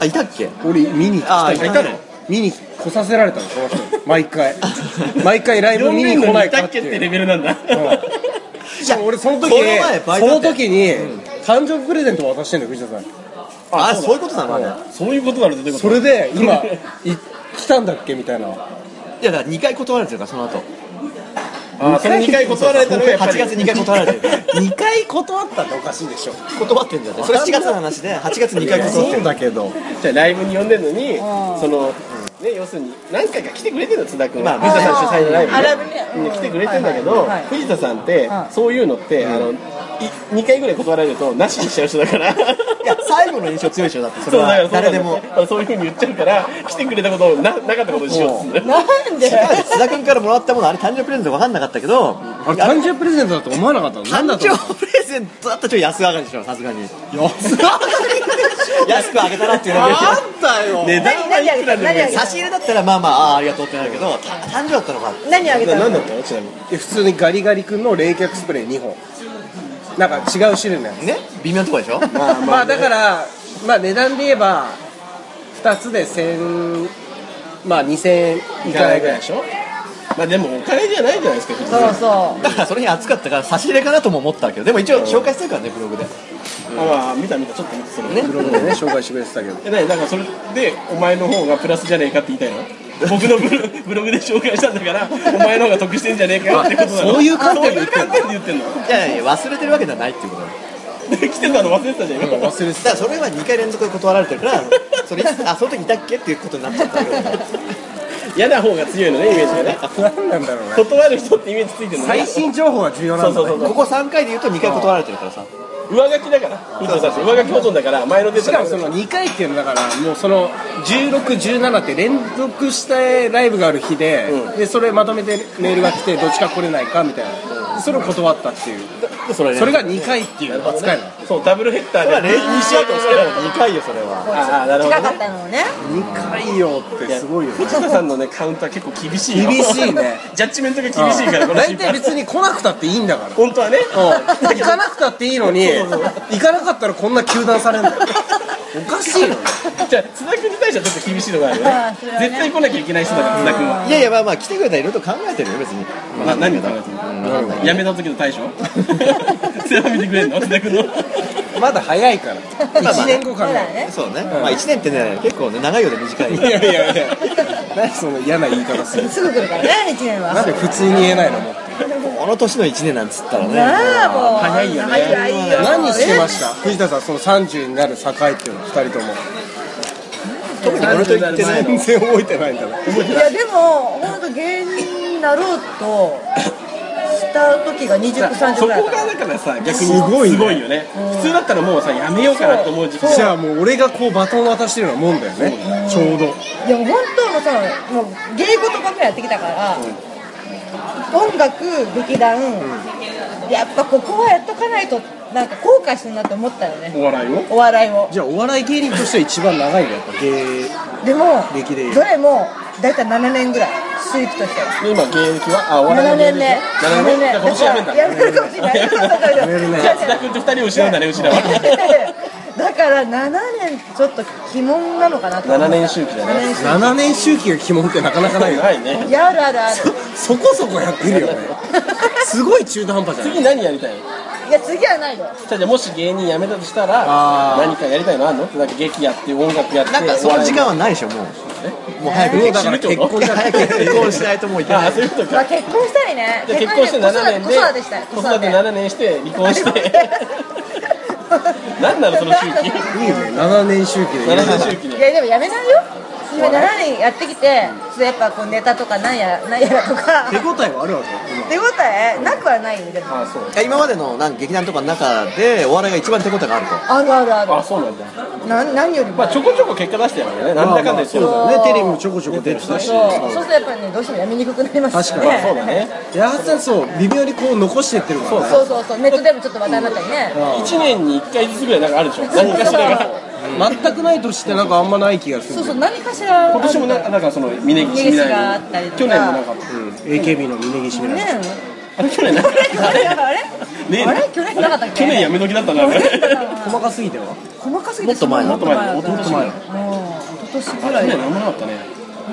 [SPEAKER 1] あいたっけ
[SPEAKER 3] 俺見に来
[SPEAKER 1] あ
[SPEAKER 3] た
[SPEAKER 1] い
[SPEAKER 3] 人
[SPEAKER 1] た
[SPEAKER 3] た
[SPEAKER 1] の
[SPEAKER 3] 見に来させられたのこの人に毎回毎回ライブ
[SPEAKER 2] 4
[SPEAKER 3] 見に
[SPEAKER 2] 人
[SPEAKER 3] 来
[SPEAKER 2] の
[SPEAKER 3] ない
[SPEAKER 2] いた
[SPEAKER 3] かっ
[SPEAKER 2] ってけって
[SPEAKER 3] い
[SPEAKER 2] レ
[SPEAKER 3] う
[SPEAKER 2] ベルなんだ
[SPEAKER 3] しかも俺その時
[SPEAKER 1] この前バイ
[SPEAKER 3] そ
[SPEAKER 1] トだっ
[SPEAKER 3] の
[SPEAKER 1] たよ
[SPEAKER 3] 時に誕生日プレゼント渡してんだよ藤田さんに
[SPEAKER 1] あそういうことなのあれ
[SPEAKER 2] そういうことなのどういうこと
[SPEAKER 3] それで今い来たんだっけみたいない
[SPEAKER 1] やだから2回断られてるからその後
[SPEAKER 2] あその2回断られたのがやっぱ
[SPEAKER 1] 8
[SPEAKER 2] り
[SPEAKER 1] 月2回断られてる
[SPEAKER 3] 2回断ったっておかしいでしょ
[SPEAKER 1] 断ってんだよねそれ7月の話で8月2回断って
[SPEAKER 3] そ
[SPEAKER 1] る
[SPEAKER 3] うだけど
[SPEAKER 2] じゃあライブに呼んでるのにそのね要するに何回か来てくれてるの津田君は
[SPEAKER 1] まあ
[SPEAKER 2] 藤田さん主催のライブ
[SPEAKER 4] あ
[SPEAKER 2] ね
[SPEAKER 4] ライブねうん
[SPEAKER 2] うん来てくれてんだけど
[SPEAKER 4] はいはい
[SPEAKER 2] 藤田さんって
[SPEAKER 4] はい
[SPEAKER 2] そういうのってあの2回ぐらい断られるとなしにしちゃう人だから
[SPEAKER 1] いや最後の印象強いでしょだってそ
[SPEAKER 2] そ
[SPEAKER 1] れ
[SPEAKER 2] う
[SPEAKER 1] は
[SPEAKER 2] だからそうなんだ
[SPEAKER 1] 誰でも
[SPEAKER 2] よそういうふうに言っちゃうから来てくれたことをななかったことにしようっつって
[SPEAKER 4] なんで
[SPEAKER 1] 津田君からもらったものあれ誕生日プレゼント分かんなかったけど
[SPEAKER 3] あれ誕生日プレゼントだと思わなかったのなん
[SPEAKER 1] 誕
[SPEAKER 3] だと思っ
[SPEAKER 1] 生日プレゼントだったらちょっと安上がりでしょさすがに
[SPEAKER 3] た安上がりでし
[SPEAKER 1] 安くあげたらっていうだけで
[SPEAKER 3] あんたよ
[SPEAKER 2] 値段
[SPEAKER 4] 何
[SPEAKER 2] はい
[SPEAKER 4] 何あげ
[SPEAKER 2] くら
[SPEAKER 4] た
[SPEAKER 2] でも
[SPEAKER 4] の何あげた
[SPEAKER 1] 差し入れだったらまあまあああありがとうってなるけどた誕生だったのか
[SPEAKER 4] の何あげたの
[SPEAKER 3] 何だったのちなみにえ普通にガリガリ君の冷却スプレー2本なんか違う種類のやつ
[SPEAKER 1] ね微妙なとこでしょ
[SPEAKER 3] まあ、だからまあ値段で言えば2つで1000まあ2000円い
[SPEAKER 2] い
[SPEAKER 3] か
[SPEAKER 2] か
[SPEAKER 3] な
[SPEAKER 2] ないい
[SPEAKER 3] ぐ
[SPEAKER 2] ぐら
[SPEAKER 3] らい
[SPEAKER 2] いでしょまあでもお金じゃないじゃないですか普通
[SPEAKER 4] そうそ
[SPEAKER 1] だからその日暑かったから差し入れかなとも思ったけどでも一応紹介するからねブログで
[SPEAKER 2] ああ見た見たちょっと見てそれね
[SPEAKER 3] ブログでね紹介してくれてたけど
[SPEAKER 2] え何なんかそれでお前の方がプラスじゃねえかって言いたいの僕のブロブログで 紹介したんだからお前の方が得してんじゃねえかよってことなの
[SPEAKER 3] そういう観点で言って
[SPEAKER 2] そ
[SPEAKER 3] ん
[SPEAKER 2] ういう観点で言ってんの
[SPEAKER 1] いやいや忘れてるわけじゃないっていうことだ
[SPEAKER 2] で来てたの忘れてたじゃん 今
[SPEAKER 3] 忘れて
[SPEAKER 1] だからそれは2回連続で断られてるからそれいつあその時いたっけっていうことになっちゃったわけだから
[SPEAKER 2] 嫌な方が強いのねイメージがね
[SPEAKER 3] た何なんだろうね
[SPEAKER 2] 断る人ってイメージついてるのね
[SPEAKER 3] 最新情報が重要な
[SPEAKER 2] そうん
[SPEAKER 3] だ
[SPEAKER 2] そう
[SPEAKER 3] ね
[SPEAKER 2] そうそう
[SPEAKER 1] ここ3回で言うと2回断られてるからさ
[SPEAKER 2] 上書きだから藤田さんって上書き保存だから前の出
[SPEAKER 3] しかもその2回っていうのだからもうその1617って連続したライブがある日で,、でそれまとめてメールが来てどっちか来れないかみたいな、それを断ったっていう
[SPEAKER 1] それね
[SPEAKER 3] それが2回っていう扱いなの
[SPEAKER 2] そうダブルヘッダ
[SPEAKER 1] それは
[SPEAKER 2] ーで
[SPEAKER 1] 練習しようとしてるの2回よそれは
[SPEAKER 2] ああな
[SPEAKER 4] う
[SPEAKER 2] るほ
[SPEAKER 4] 近
[SPEAKER 2] ど
[SPEAKER 4] かっ
[SPEAKER 2] ね
[SPEAKER 4] たのね
[SPEAKER 3] 2回よってすごいよね
[SPEAKER 2] 藤田さんのねカウンター結構厳しいよ
[SPEAKER 3] 厳しいね
[SPEAKER 2] ジャッジメントが厳しいからこの
[SPEAKER 3] 大
[SPEAKER 2] 心
[SPEAKER 3] 体
[SPEAKER 2] 配
[SPEAKER 3] 別に来なくたっていいんだから
[SPEAKER 2] 本当はね
[SPEAKER 3] 行かなくたっていいのに行かなかったらこんな糾弾されるのおかしいよね
[SPEAKER 2] じゃあ津田君に対してはちょっと厳しいのがあるよ
[SPEAKER 4] ああ
[SPEAKER 2] ね
[SPEAKER 4] それはね
[SPEAKER 2] 絶対来なきゃいけない人だから津田君はい
[SPEAKER 1] やいやまあまあ来てくれたらいろいろと考えてるよ別に
[SPEAKER 2] な何を考えてるのやめた時の対処世話見てくれんの津田君の
[SPEAKER 3] まだ早 いから1年後
[SPEAKER 4] そ
[SPEAKER 3] か
[SPEAKER 4] う
[SPEAKER 3] ら
[SPEAKER 4] だね
[SPEAKER 1] そうねまあ1年ってね結構ね長いよね短い
[SPEAKER 3] いやいやいや何その嫌な言い方する
[SPEAKER 4] すぐ来るからね一年は
[SPEAKER 3] なんで普通に言えないのもう
[SPEAKER 1] この年の1年なんつったらね
[SPEAKER 4] なあもう
[SPEAKER 2] 早いよね
[SPEAKER 4] 早いよ
[SPEAKER 3] 何してました藤田さんその30になる境っていうの2人とも
[SPEAKER 1] 特に俺と言ってないの
[SPEAKER 3] 全然覚えてないんだね
[SPEAKER 4] いやでも本当芸人になろうとした時が 2030
[SPEAKER 2] そこ
[SPEAKER 4] ぐらいだか
[SPEAKER 2] が
[SPEAKER 4] ら
[SPEAKER 2] だからさ逆に
[SPEAKER 3] すごいね
[SPEAKER 2] すごいよね普通だったらもうさやめようかなって思う時期
[SPEAKER 3] じゃあもう俺がこうバトン渡してるようなもんだよねちょうど
[SPEAKER 4] いやもう本当もうさもう芸事ばっかりやってきたから、音楽劇団、やっぱここはやっとかないとなんか後悔するなって思ったよね
[SPEAKER 2] お笑いを
[SPEAKER 4] お笑いを
[SPEAKER 3] じゃあお笑い芸人としては一番長いんだよやっぱ芸
[SPEAKER 4] でも
[SPEAKER 3] 歴で
[SPEAKER 4] どれも大体7年ぐらい周期として
[SPEAKER 2] で今現役はあお笑い
[SPEAKER 4] 7
[SPEAKER 2] の
[SPEAKER 4] 年
[SPEAKER 2] 現役
[SPEAKER 4] 目
[SPEAKER 2] 7年目だから今年やめんだ
[SPEAKER 4] やめるかもしれないやめるかもしれない
[SPEAKER 3] やめるね
[SPEAKER 2] じゃあ津田君と二人を失うんだねうちらは
[SPEAKER 4] だから7年ちょっと鬼門なのかなと思った
[SPEAKER 2] 7年周期だね
[SPEAKER 4] 7年周
[SPEAKER 3] 7年周期が鬼門ってなかなかないよ
[SPEAKER 2] ないね
[SPEAKER 4] 期いやあるあるある
[SPEAKER 3] そこそこやってるよね すごい中途半端じゃない
[SPEAKER 2] 次何やりたいの
[SPEAKER 4] いや次はないよ
[SPEAKER 2] じゃあじゃあもし芸人辞めたとしたら
[SPEAKER 3] あー
[SPEAKER 2] 何かやりたいのあんのなんか劇やって音楽やって
[SPEAKER 1] なんかそ
[SPEAKER 2] お
[SPEAKER 1] の
[SPEAKER 2] 笑
[SPEAKER 1] 時
[SPEAKER 2] いも
[SPEAKER 1] 間はないでしょもうもう早く
[SPEAKER 3] もう
[SPEAKER 1] 結
[SPEAKER 3] だから結婚じゃな
[SPEAKER 1] 早
[SPEAKER 3] く
[SPEAKER 1] く
[SPEAKER 3] て
[SPEAKER 1] 結婚しないともういけ
[SPEAKER 2] あ
[SPEAKER 1] な
[SPEAKER 2] あ
[SPEAKER 1] い
[SPEAKER 2] そういうこと
[SPEAKER 4] まあ
[SPEAKER 2] か
[SPEAKER 4] 結婚したいね
[SPEAKER 2] じゃあ結婚して7年で
[SPEAKER 4] 子育てしたい
[SPEAKER 2] 子育て7年して離婚 して何なのその周期
[SPEAKER 3] いいよね7年周期で
[SPEAKER 2] 7年周期
[SPEAKER 4] い
[SPEAKER 2] で
[SPEAKER 4] やでもやめないよ今7年やってきてちょっとやっぱこうネタとかなんやなんやらと か
[SPEAKER 3] 手応えはあるわけ
[SPEAKER 4] 手応えなくはないよでも
[SPEAKER 2] ああそう
[SPEAKER 1] いや今までのなんか劇団とかの中でお笑いが一番手応えがあると
[SPEAKER 4] あるあるあ
[SPEAKER 2] あそうなんだ
[SPEAKER 4] るな何よりも
[SPEAKER 2] まあちょこちょこ結果出してやるよねなんだかんだ言ってる
[SPEAKER 3] ま
[SPEAKER 2] か
[SPEAKER 3] あ
[SPEAKER 2] ら
[SPEAKER 3] まあそうだねテレビもちょこちょこ出てたし
[SPEAKER 4] そうそうするとやっぱりねどうしてもやめにくくなりますよ
[SPEAKER 3] 確か
[SPEAKER 2] まあそう
[SPEAKER 4] ね
[SPEAKER 2] だね
[SPEAKER 3] 矢作さんそう微妙にこう残してってるからね
[SPEAKER 4] そうそうそうネットでもちょっと話題になったりね
[SPEAKER 2] 1年に1回ずつぐらいなんかあるでしょ何かしらが
[SPEAKER 3] 全くない年ってなんかあんまない気がす
[SPEAKER 4] そう
[SPEAKER 3] る
[SPEAKER 4] そう何かしら
[SPEAKER 2] 今年もねなんかその峯岸み
[SPEAKER 4] 峯岸があ
[SPEAKER 2] た
[SPEAKER 4] ったり
[SPEAKER 2] い
[SPEAKER 4] と
[SPEAKER 2] な
[SPEAKER 4] か
[SPEAKER 2] 去年もなんかあった
[SPEAKER 3] AKB の峯岸みたいな
[SPEAKER 4] ね
[SPEAKER 2] あれ去年なんか
[SPEAKER 4] あれあれ
[SPEAKER 2] ね
[SPEAKER 4] あれ去年なかったっけ
[SPEAKER 2] 去年やめ時だったなあれ
[SPEAKER 3] 細かすぎては
[SPEAKER 4] 細かすぎて
[SPEAKER 1] もっと前
[SPEAKER 4] も
[SPEAKER 1] も
[SPEAKER 4] っ
[SPEAKER 1] っ
[SPEAKER 4] と
[SPEAKER 2] と前
[SPEAKER 4] 前だ
[SPEAKER 2] だ
[SPEAKER 4] も
[SPEAKER 2] も
[SPEAKER 4] う
[SPEAKER 2] っ
[SPEAKER 4] 一
[SPEAKER 2] と前だ去
[SPEAKER 4] 昨年ぐらい
[SPEAKER 2] 年なんもなかったね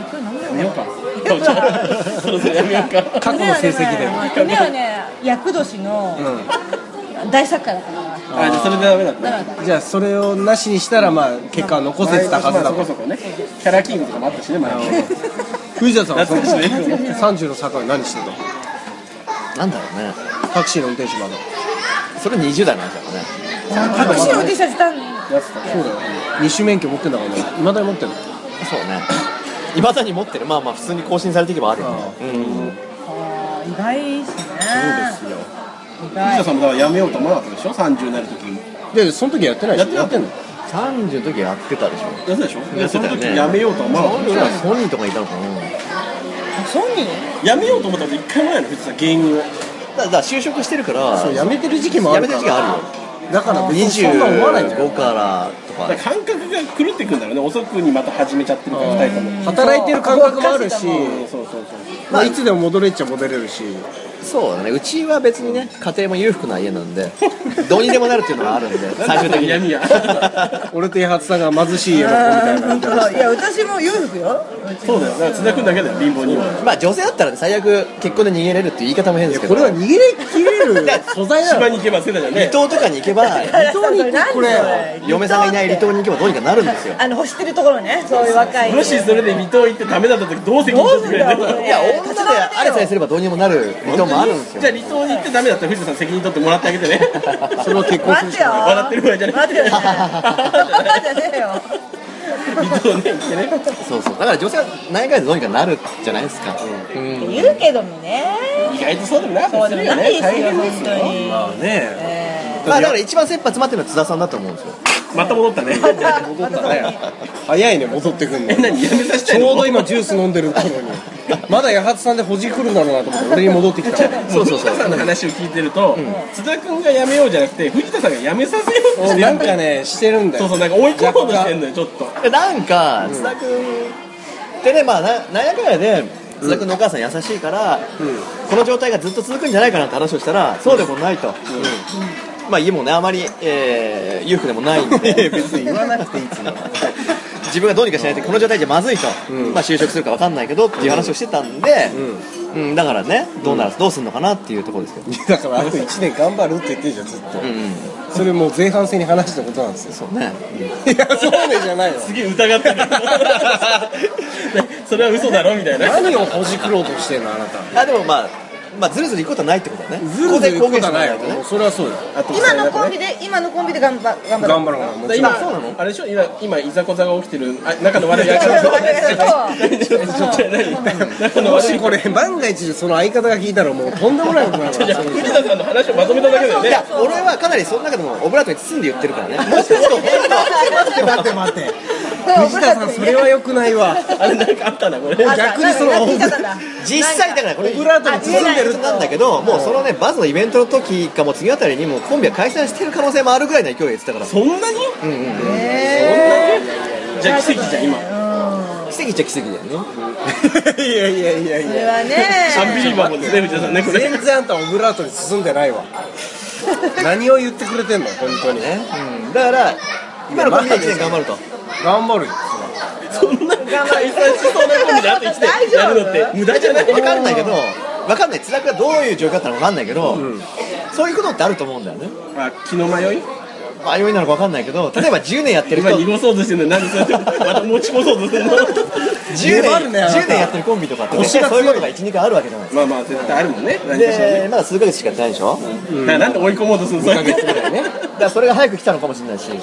[SPEAKER 4] 去年何だ
[SPEAKER 2] やめようか
[SPEAKER 4] やめようか
[SPEAKER 2] そろそろやめようか
[SPEAKER 3] 過去の成績で
[SPEAKER 4] 去年はね厄年の大作家だから
[SPEAKER 2] あじゃあそれでダメだった
[SPEAKER 4] だからだ
[SPEAKER 3] じゃあそれをなしにしたらまあ結果は残せてたはず
[SPEAKER 2] まあ
[SPEAKER 3] だ
[SPEAKER 2] そこそこねキャラキングとかもあったしね前は
[SPEAKER 3] 藤田さんはその
[SPEAKER 2] 懐かしいね
[SPEAKER 3] 30の境何してた
[SPEAKER 1] なんだろうね
[SPEAKER 3] タクシーの運転手まだ
[SPEAKER 1] それ20代なんじゃない
[SPEAKER 4] タクシーの T シャツたん
[SPEAKER 2] やつとか
[SPEAKER 3] そうだよ二種免許持ってんだからねいまだに持ってる
[SPEAKER 1] そうねいまだに持ってるまあまあ普通に更新されていけばあるよねうん
[SPEAKER 4] あー意外っすね
[SPEAKER 3] そうですよ
[SPEAKER 4] 意
[SPEAKER 2] 藤田
[SPEAKER 4] 外
[SPEAKER 2] さんもだからやめようと思わなかったでしょ30になるときに
[SPEAKER 3] でその時やってないでしょ
[SPEAKER 2] やって
[SPEAKER 3] んの
[SPEAKER 1] 30の時やってたでしょ
[SPEAKER 2] やつでしょ
[SPEAKER 1] やってた
[SPEAKER 2] その
[SPEAKER 1] よね
[SPEAKER 2] 時やめようとは思わなかったでしょ
[SPEAKER 1] 本人とかいたのかな
[SPEAKER 4] ソニー
[SPEAKER 2] やめようと思ったこと一回もないの藤田さん芸人を
[SPEAKER 1] だからだから就職してるから
[SPEAKER 3] そうやめてる時期もあ
[SPEAKER 1] や
[SPEAKER 3] る
[SPEAKER 1] め
[SPEAKER 3] か
[SPEAKER 1] て
[SPEAKER 3] ら
[SPEAKER 1] る時期あるよ
[SPEAKER 3] だから別にそんな思わないんじゃない
[SPEAKER 1] 25からとか
[SPEAKER 2] だから感覚が狂ってくんだろうね遅くにまた始めちゃってるから2人とも
[SPEAKER 3] 働いてる感覚もあるし
[SPEAKER 4] そう
[SPEAKER 2] うんそうそうそう
[SPEAKER 3] まあいつでも戻れっちゃ戻れるし
[SPEAKER 1] そうだねうちは別にね家庭も裕福な家なん でどうにでもなるっていうのがあるんで最終的に
[SPEAKER 2] 嫌みや
[SPEAKER 3] 俺と伊初さんが貧しい家の子みたいな
[SPEAKER 4] 本当だいや私も裕福よ
[SPEAKER 2] そうだよだから津田君だけだよ貧乏には
[SPEAKER 1] まあ女性だったらね最悪結婚で逃げれるっていう言い方も変ですけど
[SPEAKER 3] これは逃げ切れる素材な
[SPEAKER 2] 島
[SPEAKER 3] の
[SPEAKER 2] に行けばせだじゃん
[SPEAKER 1] 離
[SPEAKER 2] ね
[SPEAKER 1] 島とかに行 けば
[SPEAKER 4] 離
[SPEAKER 3] 島に行ってこれ
[SPEAKER 1] 嫁さんがいない離島に行けばどうにかなるんですよ
[SPEAKER 4] あの欲してるところねそういう若い
[SPEAKER 2] もしそれで水戸行ってダメだった時どう責任
[SPEAKER 4] ど
[SPEAKER 2] 取
[SPEAKER 4] う
[SPEAKER 2] っ
[SPEAKER 4] す
[SPEAKER 2] てく
[SPEAKER 4] ん
[SPEAKER 2] れ
[SPEAKER 4] だ
[SPEAKER 2] る
[SPEAKER 4] よこ
[SPEAKER 2] の
[SPEAKER 4] れ
[SPEAKER 1] いや女であれさえすればどうにもなる離島もあるんです
[SPEAKER 2] じゃあ
[SPEAKER 1] よ
[SPEAKER 2] 離島に行ってダメだったら藤田さん責任取ってもらってあげてね
[SPEAKER 3] それを結婚す
[SPEAKER 4] 待
[SPEAKER 3] る
[SPEAKER 4] っ
[SPEAKER 3] して
[SPEAKER 4] よ
[SPEAKER 3] か
[SPEAKER 2] 笑ってるぐらいじゃない
[SPEAKER 4] 待ってよじゃねえよ
[SPEAKER 2] 離島ね行ってね
[SPEAKER 1] そうそうだから女性は何回でどうにかなるじゃないですかうん
[SPEAKER 4] 言うけどもね
[SPEAKER 2] 意外とそうでもなか
[SPEAKER 4] そ
[SPEAKER 2] っ
[SPEAKER 4] う
[SPEAKER 2] た
[SPEAKER 4] で
[SPEAKER 2] り
[SPEAKER 4] も
[SPEAKER 2] するよ
[SPEAKER 4] ないで
[SPEAKER 2] ね
[SPEAKER 4] す
[SPEAKER 2] 大
[SPEAKER 4] よ
[SPEAKER 2] 変な
[SPEAKER 4] 本
[SPEAKER 2] んですよ
[SPEAKER 4] 当に
[SPEAKER 3] らね
[SPEAKER 4] え
[SPEAKER 1] まあだから一番切羽詰まってるのは津田さんだと思うんですよ
[SPEAKER 2] また戻ったね
[SPEAKER 4] ーまたまたそこに
[SPEAKER 3] 早いね戻ってくんの
[SPEAKER 2] え何やめさせ
[SPEAKER 3] ち
[SPEAKER 2] たいの
[SPEAKER 3] ょうど今ジュース飲んでる頃にまだ八幡さんでほじくるだろうなと思って俺に戻ってきた
[SPEAKER 2] もう
[SPEAKER 1] そうそ
[SPEAKER 2] 藤
[SPEAKER 1] うそう
[SPEAKER 2] 田さんの話を聞いてると、津田君が辞めようじゃなくて藤田さんが辞めさせようとしてる
[SPEAKER 3] なんかねしてるんだ
[SPEAKER 2] そう
[SPEAKER 3] よ
[SPEAKER 2] そうなんか追い込もうとしてんのよちょっと
[SPEAKER 1] でなんか津田君ってねまあななんやかんやで津田君のお母さん優しいから、この状態がずっと続くんじゃないかなって話をしたらそうでもないと、うんまあ家もねあまり、えー裕福でもないんで
[SPEAKER 3] 別に言わなくていいっつうの
[SPEAKER 1] 自分がどうにかしないとこの状態じゃまずいと、まあ就職するかわかんないけどっていう話をしてたんで、うんだからねどうなら、どうするのかなっていうところですけど、
[SPEAKER 3] だからあと1年頑張るって言ってるじゃんずっと
[SPEAKER 1] うんうん
[SPEAKER 3] それもう前半戦に話したことなんですよ
[SPEAKER 1] そうね
[SPEAKER 3] いやそうねじゃないよ
[SPEAKER 2] すげえ疑ってるね それは嘘だろみたいな
[SPEAKER 3] 何をほじくろうとしてんのあなた
[SPEAKER 1] あでもまあまあずるずるいくことはないってことだね
[SPEAKER 3] ずるずる行くことはない
[SPEAKER 1] ここで公言してもらわないとね
[SPEAKER 3] よそれはそうよ
[SPEAKER 2] あと
[SPEAKER 4] 今のコンビで今のコンビで頑張頑張ろ
[SPEAKER 3] 頑
[SPEAKER 4] う
[SPEAKER 3] 張ろうがもちろん
[SPEAKER 2] 今
[SPEAKER 1] あそうなの
[SPEAKER 2] あれでしょ今今いざこざが起きてるあ仲の悪いやつちょっとちょっと何仲の
[SPEAKER 3] も
[SPEAKER 2] 悪い
[SPEAKER 3] しこれ万が一その相方が聞いたらもうとんでもないことになるか
[SPEAKER 2] じゃあ
[SPEAKER 3] ら
[SPEAKER 2] 藤田さんの話をまとめただけだよ
[SPEAKER 1] いや
[SPEAKER 2] ね
[SPEAKER 1] 俺はかなりその中でもオブラートに包んで言ってるからねもしかすると本当は
[SPEAKER 3] 待って待って藤田さんそれは良くないわ
[SPEAKER 2] あれなんかあったなこれ
[SPEAKER 3] 逆にその
[SPEAKER 1] 実際だからこれ
[SPEAKER 3] オブラートに包んでる
[SPEAKER 1] なんだけどもうそのねバズのイベントの時かも次あたりにもうコンビは解散してる可能性もあるぐらいの勢いで言ってたから
[SPEAKER 2] そんなにじゃあ奇跡じゃん今
[SPEAKER 1] 奇跡っちゃ奇跡だよね
[SPEAKER 3] いやいやいやい
[SPEAKER 4] それ
[SPEAKER 3] や
[SPEAKER 2] ア
[SPEAKER 4] は
[SPEAKER 2] ンビ
[SPEAKER 4] ね
[SPEAKER 2] リバボーですね藤田さんねこれ
[SPEAKER 3] 全然あんたオブラートに包んでないわ何を言ってくれてんの本当に
[SPEAKER 1] ね、うん、だから今のコンビで1年頑張ると
[SPEAKER 3] 頑張るよ
[SPEAKER 2] そんな解散しそうなコンビであと1
[SPEAKER 4] 大
[SPEAKER 2] 年
[SPEAKER 4] 丈夫
[SPEAKER 2] やるのって無駄じゃない
[SPEAKER 1] 分かんないけど分かんない辛くがどういう状況だったのか分かんないけど、そういうことってあると思うんだよね
[SPEAKER 2] あ気の迷い
[SPEAKER 1] 迷いなのか分かんないけど例えば10年やってる
[SPEAKER 2] 今
[SPEAKER 1] 人
[SPEAKER 2] 濁そうとしてるのになんでそうやってまた持ち越そうとしてるの
[SPEAKER 1] 10
[SPEAKER 3] 粘
[SPEAKER 1] 年
[SPEAKER 3] るねあなた
[SPEAKER 1] 10年やってるコンビとかって絶対そういうことが12回あるわけじゃないですか
[SPEAKER 2] まあまあ絶対あるもんね何かしらね
[SPEAKER 1] でまだ数ヶ月しかやってないでしょ、
[SPEAKER 2] だからなんで追い込もうとするのそうやって
[SPEAKER 1] だからそれが早く来たのかもしれないし、そう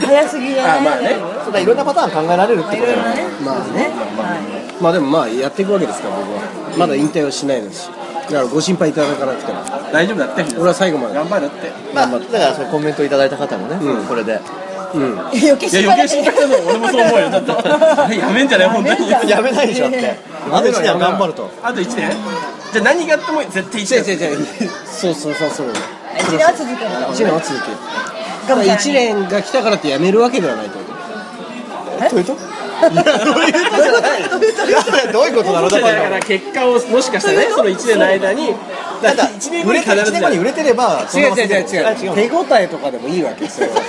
[SPEAKER 4] 早すぎじゃない
[SPEAKER 2] あまあね
[SPEAKER 1] だからいろんなパターン考えられるって
[SPEAKER 4] い
[SPEAKER 1] こ
[SPEAKER 4] ろ
[SPEAKER 1] と
[SPEAKER 4] い
[SPEAKER 1] よ
[SPEAKER 4] ろね
[SPEAKER 3] まあね
[SPEAKER 4] はい
[SPEAKER 3] まあでもまあやっていくわけですから僕はまだ引退はしないですしだからご心配いただかなくても
[SPEAKER 2] 大丈夫だって
[SPEAKER 3] 俺は最後まで
[SPEAKER 2] 頑張るって
[SPEAKER 1] まあ、だからそのコメントいただいた方もね、これで
[SPEAKER 3] うん
[SPEAKER 4] 余計
[SPEAKER 2] いや
[SPEAKER 4] 心
[SPEAKER 2] 余
[SPEAKER 4] 配
[SPEAKER 2] 計心配だぞ俺もそう思うよだってやめんじゃない本当に
[SPEAKER 4] やめんじゃ
[SPEAKER 1] やめないでしょってあと1年は頑張ると
[SPEAKER 2] あと1年じゃあ何があっても絶対1
[SPEAKER 3] 違う
[SPEAKER 2] 年
[SPEAKER 3] 違う違うそうそうそうそう
[SPEAKER 4] 一年は続くの
[SPEAKER 3] 1年は続ける
[SPEAKER 4] か
[SPEAKER 3] た
[SPEAKER 4] も
[SPEAKER 3] だ
[SPEAKER 4] しれない
[SPEAKER 3] 1年が来たからってやめるわけではないと思う
[SPEAKER 1] どういうこといやそれどういうことなのだ
[SPEAKER 2] だ
[SPEAKER 1] って
[SPEAKER 2] から結果をもしかしたらねその1年の間にだ
[SPEAKER 1] た
[SPEAKER 2] って
[SPEAKER 1] だ
[SPEAKER 2] 1年後
[SPEAKER 1] 売
[SPEAKER 2] に
[SPEAKER 1] れて
[SPEAKER 2] 必ず
[SPEAKER 1] 1年後に売れてればその
[SPEAKER 3] 違
[SPEAKER 1] ま
[SPEAKER 3] う
[SPEAKER 1] ま
[SPEAKER 3] 違う違う
[SPEAKER 1] あ
[SPEAKER 3] 違う手応えとかでもいいわけですよ
[SPEAKER 1] なん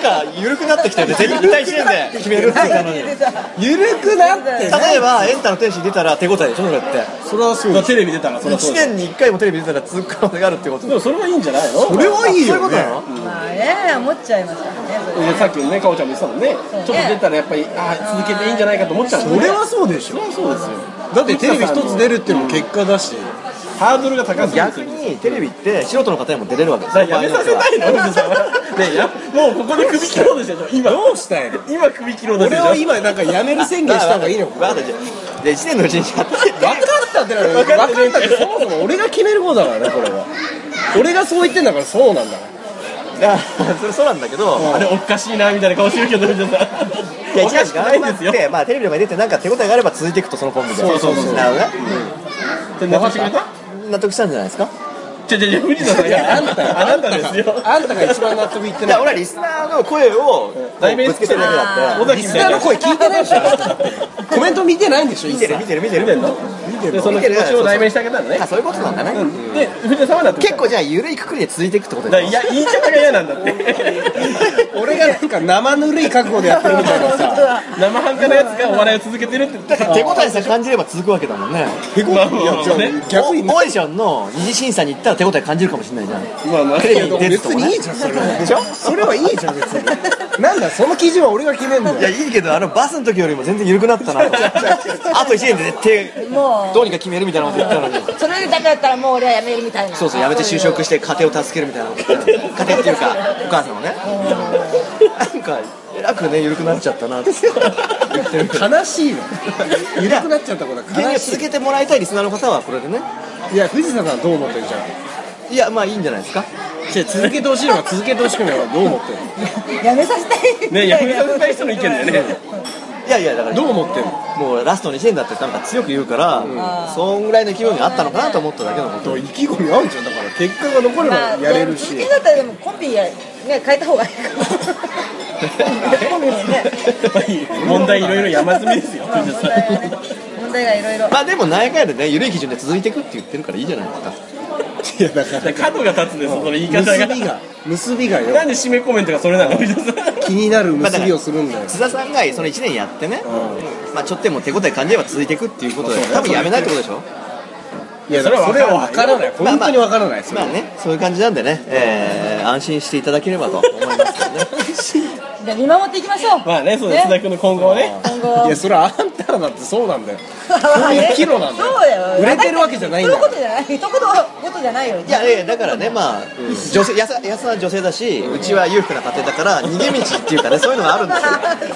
[SPEAKER 1] か緩くなってきたよね絶対1年で決めるって言ったのに
[SPEAKER 3] ゆるくなって
[SPEAKER 1] 例えば「エンタの天使」に出たら手応えでしょそれって
[SPEAKER 3] それはそう
[SPEAKER 2] まあテレビ出たらそりゃそ
[SPEAKER 1] 1
[SPEAKER 2] うだよ
[SPEAKER 1] 年に1回もテレビ出たら続く可能性があるってこと
[SPEAKER 2] でも それはいいんじゃないの
[SPEAKER 3] それは
[SPEAKER 1] あそう
[SPEAKER 3] いい
[SPEAKER 1] いう
[SPEAKER 3] よ
[SPEAKER 1] ことな
[SPEAKER 3] ね
[SPEAKER 1] の
[SPEAKER 4] まあね思っちゃいますからねそれ
[SPEAKER 2] でさっきのねかおちゃんも言ってたもんねち
[SPEAKER 4] そ
[SPEAKER 2] ょ
[SPEAKER 4] う
[SPEAKER 2] っ
[SPEAKER 4] ね
[SPEAKER 2] と出たらやっぱりああ続けていいんじゃないかと思っちゃうもん
[SPEAKER 3] そ
[SPEAKER 2] ね
[SPEAKER 3] れはそうでしょ
[SPEAKER 2] そうですよ
[SPEAKER 3] だってテレビ一つ出るっていうのも結果だし
[SPEAKER 2] ハードルが高すぎるんです
[SPEAKER 1] 逆
[SPEAKER 2] よ
[SPEAKER 1] にテレビって素人の方にも出れるわけです
[SPEAKER 2] やめさせたいの藤田さんはねやもうここで首切ろうとしてるでしょ今
[SPEAKER 3] どうしたいの
[SPEAKER 2] 今首切ろうとして
[SPEAKER 3] 俺
[SPEAKER 2] る
[SPEAKER 3] は
[SPEAKER 2] でしょ
[SPEAKER 3] 今なんかやめる宣言した方がいいの
[SPEAKER 1] わかったじゃあじゃあ1年のうちにやって
[SPEAKER 3] 分かったってなる分かったってそもそも俺が決めることだからねこれは俺がそう言ってんだからそうなんだから
[SPEAKER 1] だからそれそうなんだけど、
[SPEAKER 2] あれおかしいなみたいな顔してるけど藤田さん
[SPEAKER 1] いや
[SPEAKER 2] お
[SPEAKER 1] 一
[SPEAKER 2] か
[SPEAKER 1] 年
[SPEAKER 2] しくないん
[SPEAKER 1] 頑
[SPEAKER 2] で
[SPEAKER 1] 張
[SPEAKER 2] すよ
[SPEAKER 1] っ
[SPEAKER 2] って
[SPEAKER 1] まあテレビとかに出てなんか手応えがあれば続いていくとそのコンビで
[SPEAKER 2] そうそうそう
[SPEAKER 1] なるほどね
[SPEAKER 2] て納得してくれた
[SPEAKER 1] 納得したんじゃないですか
[SPEAKER 2] ちょちょちょ、藤田さん、いや、あんた、あなたですよ。
[SPEAKER 3] あんたが一番納得いって
[SPEAKER 1] いや
[SPEAKER 3] ない
[SPEAKER 1] 俺はリスナーの声を
[SPEAKER 2] 代弁
[SPEAKER 1] ぶつけてるだけだって
[SPEAKER 2] 尾崎
[SPEAKER 3] リ
[SPEAKER 2] み
[SPEAKER 3] ス
[SPEAKER 2] た
[SPEAKER 3] ナ
[SPEAKER 2] い
[SPEAKER 3] ー
[SPEAKER 2] な
[SPEAKER 3] の。声聞いてないでしょあなたコメント見てないんでしょ
[SPEAKER 1] 見てる見てる見てる見てる
[SPEAKER 2] でその気持ちを代弁してあげたのね
[SPEAKER 1] あ。そういうことなんだね、
[SPEAKER 2] で、藤田さんはだって。
[SPEAKER 1] 結構じゃあ緩いくくりで続いていくってこと
[SPEAKER 2] だから
[SPEAKER 1] だよ
[SPEAKER 2] いや、言い方が嫌なんだって。
[SPEAKER 3] 俺がなんか生ぬるい覚悟でやってるみたいなさ
[SPEAKER 2] 生半可なやつがお笑いを続けてるって。
[SPEAKER 1] だから手応えさえ感じれば続くわけだもんね
[SPEAKER 3] へこ
[SPEAKER 2] まあまあまあ
[SPEAKER 3] じゃあ
[SPEAKER 2] ね
[SPEAKER 3] 逆に
[SPEAKER 1] オオーディションの二次審査に行ったら手応え感じるかもしれないじゃん
[SPEAKER 2] まあまあ
[SPEAKER 1] テレビに出て
[SPEAKER 3] 別
[SPEAKER 1] とも
[SPEAKER 3] に
[SPEAKER 1] ね
[SPEAKER 3] いいじゃんそれはそれはいいじゃん別になんだその基準は俺が決めんだ
[SPEAKER 1] い
[SPEAKER 3] よ
[SPEAKER 1] やいいけどあのバスの時よりも全然緩くなったなと あと1年で絶対
[SPEAKER 4] も
[SPEAKER 1] どうにか決めるみたいなこと言ったのに
[SPEAKER 4] うそれだけだったらもう俺はやめるみたいな
[SPEAKER 1] そうそうやめて就職して家庭を助けるみたいなこと言ったのに家庭っていうかお母さんをねなんかえらくね緩くなっちゃったな って言ってるけど
[SPEAKER 3] 悲しいよ
[SPEAKER 1] い
[SPEAKER 3] 緩
[SPEAKER 1] や
[SPEAKER 3] くなっちゃったことは
[SPEAKER 1] 芸
[SPEAKER 3] 悲
[SPEAKER 1] を
[SPEAKER 3] し
[SPEAKER 1] 続けてもらいたいリスナーの方はこれでね
[SPEAKER 3] いいや藤田さんはどう思ってるじゃん
[SPEAKER 1] いやまあいいんじゃないですか
[SPEAKER 3] じゃ続けてほしいのは続けてほしくないのはどう思ってる
[SPEAKER 4] やめさせたい
[SPEAKER 2] ね、やめさせたい人の意見だよね。
[SPEAKER 1] いやいやだから
[SPEAKER 3] どう思ってるの
[SPEAKER 1] もうラスト2 0だってなんか強く言うから、そんぐらいの勢いがあったのかなと思っただけのこと
[SPEAKER 3] と意気込み合うんじゃんだから結果が残れば
[SPEAKER 4] まあ
[SPEAKER 3] やれるし
[SPEAKER 4] 続けだったらでもコンビやね変えた方がいいかもコンビね
[SPEAKER 2] やっぱり問題いろいろ山積みですよ。藤田さん。
[SPEAKER 4] 問題がいろいろ
[SPEAKER 1] まあでも何回でね緩い基準で続いていくって言ってるからいいじゃないですか
[SPEAKER 3] いやだから
[SPEAKER 2] だから角が立つんですよ、その言い方
[SPEAKER 3] 結
[SPEAKER 2] が。
[SPEAKER 3] びが結びが
[SPEAKER 2] な
[SPEAKER 3] よ
[SPEAKER 2] んで締めコメントがそれなの 藤田さん。
[SPEAKER 3] 気になる結びをするんだよ
[SPEAKER 1] 津田さんがその1年やってね、まあちょっとでも手応え感じれば続いていくっていうことで多分やめないってことでしょ
[SPEAKER 3] いやだからそれは分からない本当に分からないそれ
[SPEAKER 1] まあねそういう感じなんでね、えー安心していただければと思いますけど ね
[SPEAKER 4] じゃあ見守っていきましょう
[SPEAKER 2] まあね、そうです。津田君の今後をね。
[SPEAKER 4] 今後
[SPEAKER 3] いやそれはあんたらだってそうなんだよ
[SPEAKER 4] そう
[SPEAKER 3] いうキロなんだよ
[SPEAKER 4] そうだよ
[SPEAKER 3] 売れてるわけじゃないんだ
[SPEAKER 4] そ
[SPEAKER 3] よ
[SPEAKER 4] ういうことじゃない一言ことじゃないよ
[SPEAKER 1] いやいやだからねまあ、女性安安は女性だし、うちは裕福な家庭だから逃げ道っていうかねそういうのがあるんですよ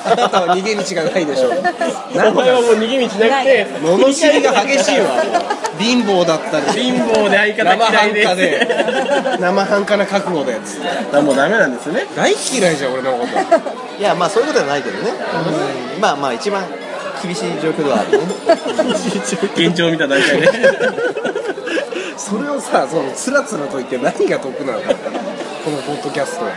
[SPEAKER 3] あなたは逃げ道がないで しょ
[SPEAKER 2] お前はもう逃げ道なくて、
[SPEAKER 3] 罵りが激しいわ貧乏だったり
[SPEAKER 2] 貧乏で相
[SPEAKER 3] 生
[SPEAKER 2] 方嫌
[SPEAKER 3] 半
[SPEAKER 2] いで
[SPEAKER 3] 可で生半可な覚悟でつって
[SPEAKER 2] す。もうダメなんですね。
[SPEAKER 3] 大嫌いじゃん俺のこと
[SPEAKER 1] いやまあそういうことはないけどね、うんまあまあ一番厳しい状況ではあるよね
[SPEAKER 2] 現状見た段階で。
[SPEAKER 3] それをさそのつらつらと言って何が得なのか このポッドキャストは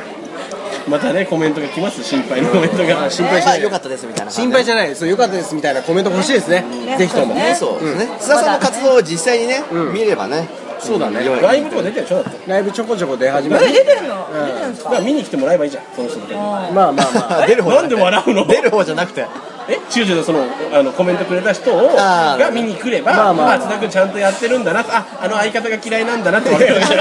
[SPEAKER 2] またね、コメントが来ます。心配のコメントが。
[SPEAKER 3] 心
[SPEAKER 1] ま
[SPEAKER 3] 配し
[SPEAKER 1] あ
[SPEAKER 3] ない
[SPEAKER 1] 良かったですみたいな
[SPEAKER 3] 心配じゃないそうよかったですみたいなコメント欲しいですねぜひとも
[SPEAKER 1] ねそうですね、津田さんの活動を実際にね、
[SPEAKER 3] うん
[SPEAKER 1] 見ればね
[SPEAKER 3] そうだね
[SPEAKER 1] 良い
[SPEAKER 2] ライブとか出てるでしょだって。
[SPEAKER 3] ライブちょこちょこ出始め
[SPEAKER 4] え
[SPEAKER 3] て
[SPEAKER 4] 出てるの出てるんです
[SPEAKER 2] だから
[SPEAKER 4] か
[SPEAKER 2] 見に来てもらえばいいじゃん、その人とかに。
[SPEAKER 3] まあまあま あ
[SPEAKER 1] 出る方じゃ
[SPEAKER 2] なん
[SPEAKER 1] く
[SPEAKER 2] で
[SPEAKER 1] て
[SPEAKER 2] 笑うの
[SPEAKER 1] 出る方じゃなくて
[SPEAKER 2] え中々のそのあのコメントくれた人を
[SPEAKER 1] あー
[SPEAKER 2] が見に来れば、
[SPEAKER 3] ま
[SPEAKER 2] ま
[SPEAKER 3] あ
[SPEAKER 2] あ
[SPEAKER 3] まあ
[SPEAKER 2] 津田君ちゃんとやってるんだなああの相方が嫌いなんだなって分かるわけ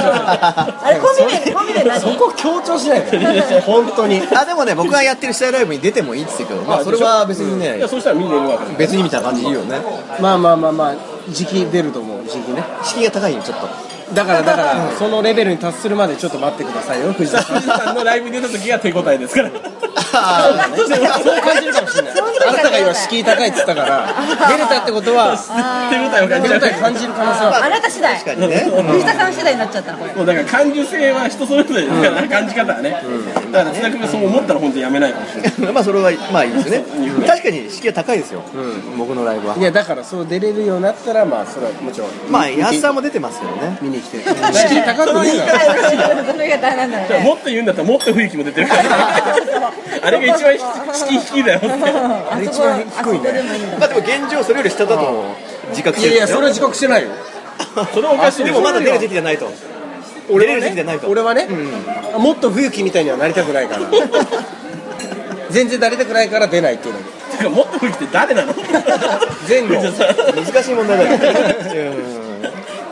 [SPEAKER 4] あれコンビでコンビで 何
[SPEAKER 3] そこ強調しないで 本当に
[SPEAKER 1] あでもね僕がやってる試合ライブに出てもいいっつって言うけどまあそれは別に
[SPEAKER 2] い
[SPEAKER 1] ね
[SPEAKER 2] やそうしたら見に出るわけだ
[SPEAKER 1] 別にみたいな感じでいいよね
[SPEAKER 3] まあまあまあまあ時期出ると思う時期ね
[SPEAKER 1] 敷居が高いよち ょっと
[SPEAKER 3] だからだからそのレベルに達するまでちょっと待ってください よ藤田さん
[SPEAKER 2] 藤田さんのライブに出た時が手応えですから
[SPEAKER 1] あー
[SPEAKER 3] そう感じるかもしれない
[SPEAKER 4] そういうこと
[SPEAKER 3] あな
[SPEAKER 4] じゃない
[SPEAKER 3] たが今敷居高いっつったから出れたってことは
[SPEAKER 2] 手応えを感
[SPEAKER 3] 出
[SPEAKER 2] じちゃ
[SPEAKER 3] れ
[SPEAKER 2] う
[SPEAKER 3] たって感じる可能性はある
[SPEAKER 4] あなた次第
[SPEAKER 1] 確かにね
[SPEAKER 4] 藤田さん次第になっちゃったのこれ
[SPEAKER 2] もうだから感受性は人それぞれですから、感じ方はね、だから津田君がそう思ったら本当にやめないかもしれな い
[SPEAKER 1] まあそれはまあいいですね確かに敷居は高いですよ、僕のライブはい
[SPEAKER 3] やだからそう出れるようになったらまあそれはもちろん
[SPEAKER 1] まあ安さんも出てますけどね
[SPEAKER 3] 見に来て敷居高くねえから
[SPEAKER 4] はいその言い方なんだよ
[SPEAKER 2] じゃあ
[SPEAKER 4] ね
[SPEAKER 2] もっと言うんだったらもっと雰囲気も出てるから、 あれが一番引き引きだよって
[SPEAKER 4] あ
[SPEAKER 3] れ
[SPEAKER 4] そ
[SPEAKER 3] 一
[SPEAKER 4] こ
[SPEAKER 3] 番
[SPEAKER 4] あそ
[SPEAKER 3] 低いね
[SPEAKER 4] こでもいいんだ
[SPEAKER 1] まあでも現状それより下だと自覚して
[SPEAKER 3] いや
[SPEAKER 1] る
[SPEAKER 3] いやそれは自覚してないよ
[SPEAKER 2] それはおかしい
[SPEAKER 1] でもまだ出る時期じゃないと
[SPEAKER 3] 俺
[SPEAKER 1] 出れる時期じゃないと
[SPEAKER 3] 俺はね、もっと冬木みたいにはなりたくないから全然なりたくないから出ないっていうの
[SPEAKER 2] てかもっと雰囲気って誰 なの
[SPEAKER 3] 前 後
[SPEAKER 2] 藤田さん
[SPEAKER 1] 難しい問題 だよ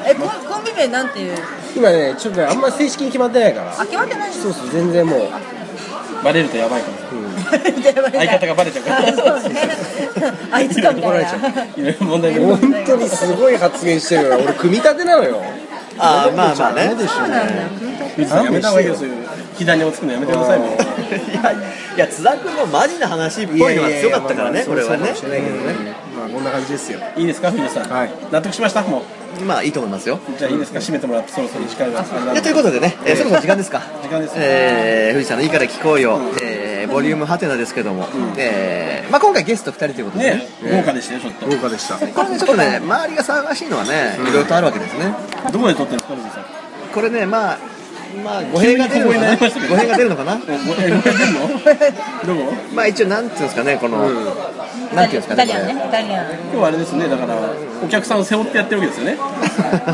[SPEAKER 4] えコンコンビ名なんていう
[SPEAKER 3] 今ねちょっとねあんま正式に決まってないから
[SPEAKER 4] あ決まってないんです
[SPEAKER 3] そうそう全然もう
[SPEAKER 2] バレるとやばいかも相
[SPEAKER 4] 相
[SPEAKER 2] 方がバレちゃうから
[SPEAKER 4] あそうねあいつかみたいな
[SPEAKER 2] しれないいろいろ問題が
[SPEAKER 3] 本当にすごい発言してるから俺組み立てなのよ
[SPEAKER 1] ああまあまあね
[SPEAKER 4] そうなんだ
[SPEAKER 2] やめた方がいいよそういう火種をつくのやめてくださいもう
[SPEAKER 1] いやいや津田君のマジな話っぽいのが強かったからねこれはね
[SPEAKER 3] そうかもしれないけどねまあこんな感じですよ
[SPEAKER 2] いいですか藤田さん、
[SPEAKER 3] はい
[SPEAKER 2] 納得しましたも
[SPEAKER 1] まあいいと思いますよ
[SPEAKER 2] うじゃあいいですか締めてもらってそろそろ時間があれなん
[SPEAKER 1] で
[SPEAKER 2] で
[SPEAKER 1] ということでね、えーそろそろ時間ですか
[SPEAKER 2] 時間です
[SPEAKER 1] えー、富士山のいいから聞こうよ、えーボリュームハテナですけども、えーまあ、今回ゲスト2人ということでね
[SPEAKER 2] ね豪華でしたよちょっ
[SPEAKER 3] 豪華でした
[SPEAKER 1] これねちょっとね周りが騒がしいのはねいろいろとあるわけですね
[SPEAKER 2] とどこで撮ってるんですか藤田さん
[SPEAKER 1] これねまあまあ語弊が出るのかな
[SPEAKER 2] 急にここになりましたけど
[SPEAKER 1] 語弊が出るのかな
[SPEAKER 2] え、もうえもうやってんのどうも
[SPEAKER 1] まあ一応なんていうんですかねこの、なんていうんですか
[SPEAKER 4] イタリアンね
[SPEAKER 1] ね
[SPEAKER 4] イタリアン
[SPEAKER 2] 今日はあれですね、だから、お客さんを背負ってやってるわけですよね。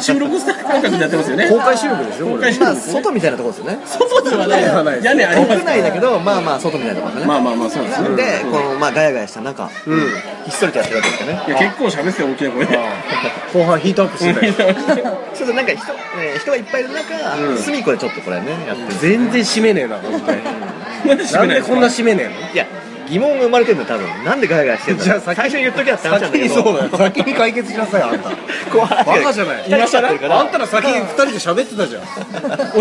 [SPEAKER 2] 収録スタッフ感覚でやってますよね。
[SPEAKER 3] 公開収録でしょこ
[SPEAKER 2] 公
[SPEAKER 3] れ
[SPEAKER 2] 開
[SPEAKER 1] これまあ
[SPEAKER 2] 収録ですね。
[SPEAKER 1] 外みたいなところですよね
[SPEAKER 2] 外ではない。屋根あります
[SPEAKER 1] 屋。内だけどまあまあ外みたいなところですね、
[SPEAKER 2] まあまあまあ、そうですね。
[SPEAKER 1] で、このまあガヤガヤした中、ひっそりとやってるわけですよね
[SPEAKER 2] いや、結構喋ってたよ、大きな声で。
[SPEAKER 3] 後半ヒートアップし てたよ
[SPEAKER 1] ちょっとなんか人,、ね、人がいっぱいいる中、隅っこでちょっとこれねやってる、
[SPEAKER 3] 全然締めねえな本当に
[SPEAKER 2] な
[SPEAKER 3] なんでこんな締めね
[SPEAKER 1] いや疑問が生まれてるの多分なんでガヤガヤしてんだ
[SPEAKER 3] じゃ
[SPEAKER 1] ろ
[SPEAKER 3] あ
[SPEAKER 1] う
[SPEAKER 3] 先
[SPEAKER 1] 最初に言っときゃって
[SPEAKER 3] え
[SPEAKER 1] 話な
[SPEAKER 3] の
[SPEAKER 1] んだ
[SPEAKER 3] 先
[SPEAKER 1] け
[SPEAKER 3] に
[SPEAKER 1] ど
[SPEAKER 3] そうだよ先に解決しなさいあ んた
[SPEAKER 1] こう話が
[SPEAKER 3] バカじゃない
[SPEAKER 1] 今更ってるから
[SPEAKER 3] あんたら先に二人で喋ってたじゃ ん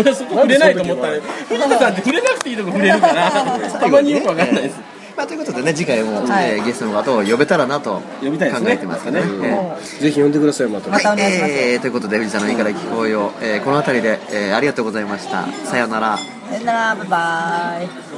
[SPEAKER 2] 俺はそこ触れないと思ったね。古田さんって触れなくていいとこ触れるから、 たまによくわかんないです。
[SPEAKER 1] まあ、ということでね次回も、
[SPEAKER 4] はい
[SPEAKER 1] えーゲストの方を呼べたらなと考
[SPEAKER 2] 呼 びたいですね
[SPEAKER 1] えてますね。
[SPEAKER 2] うん
[SPEAKER 1] えー
[SPEAKER 3] ぜひ呼んでくださいまた
[SPEAKER 4] またお願いします
[SPEAKER 1] はえーということで藤田のいいから聞こうよ、えーこの辺りで、えーありがとうございましたさようなら
[SPEAKER 4] さよならバイバイ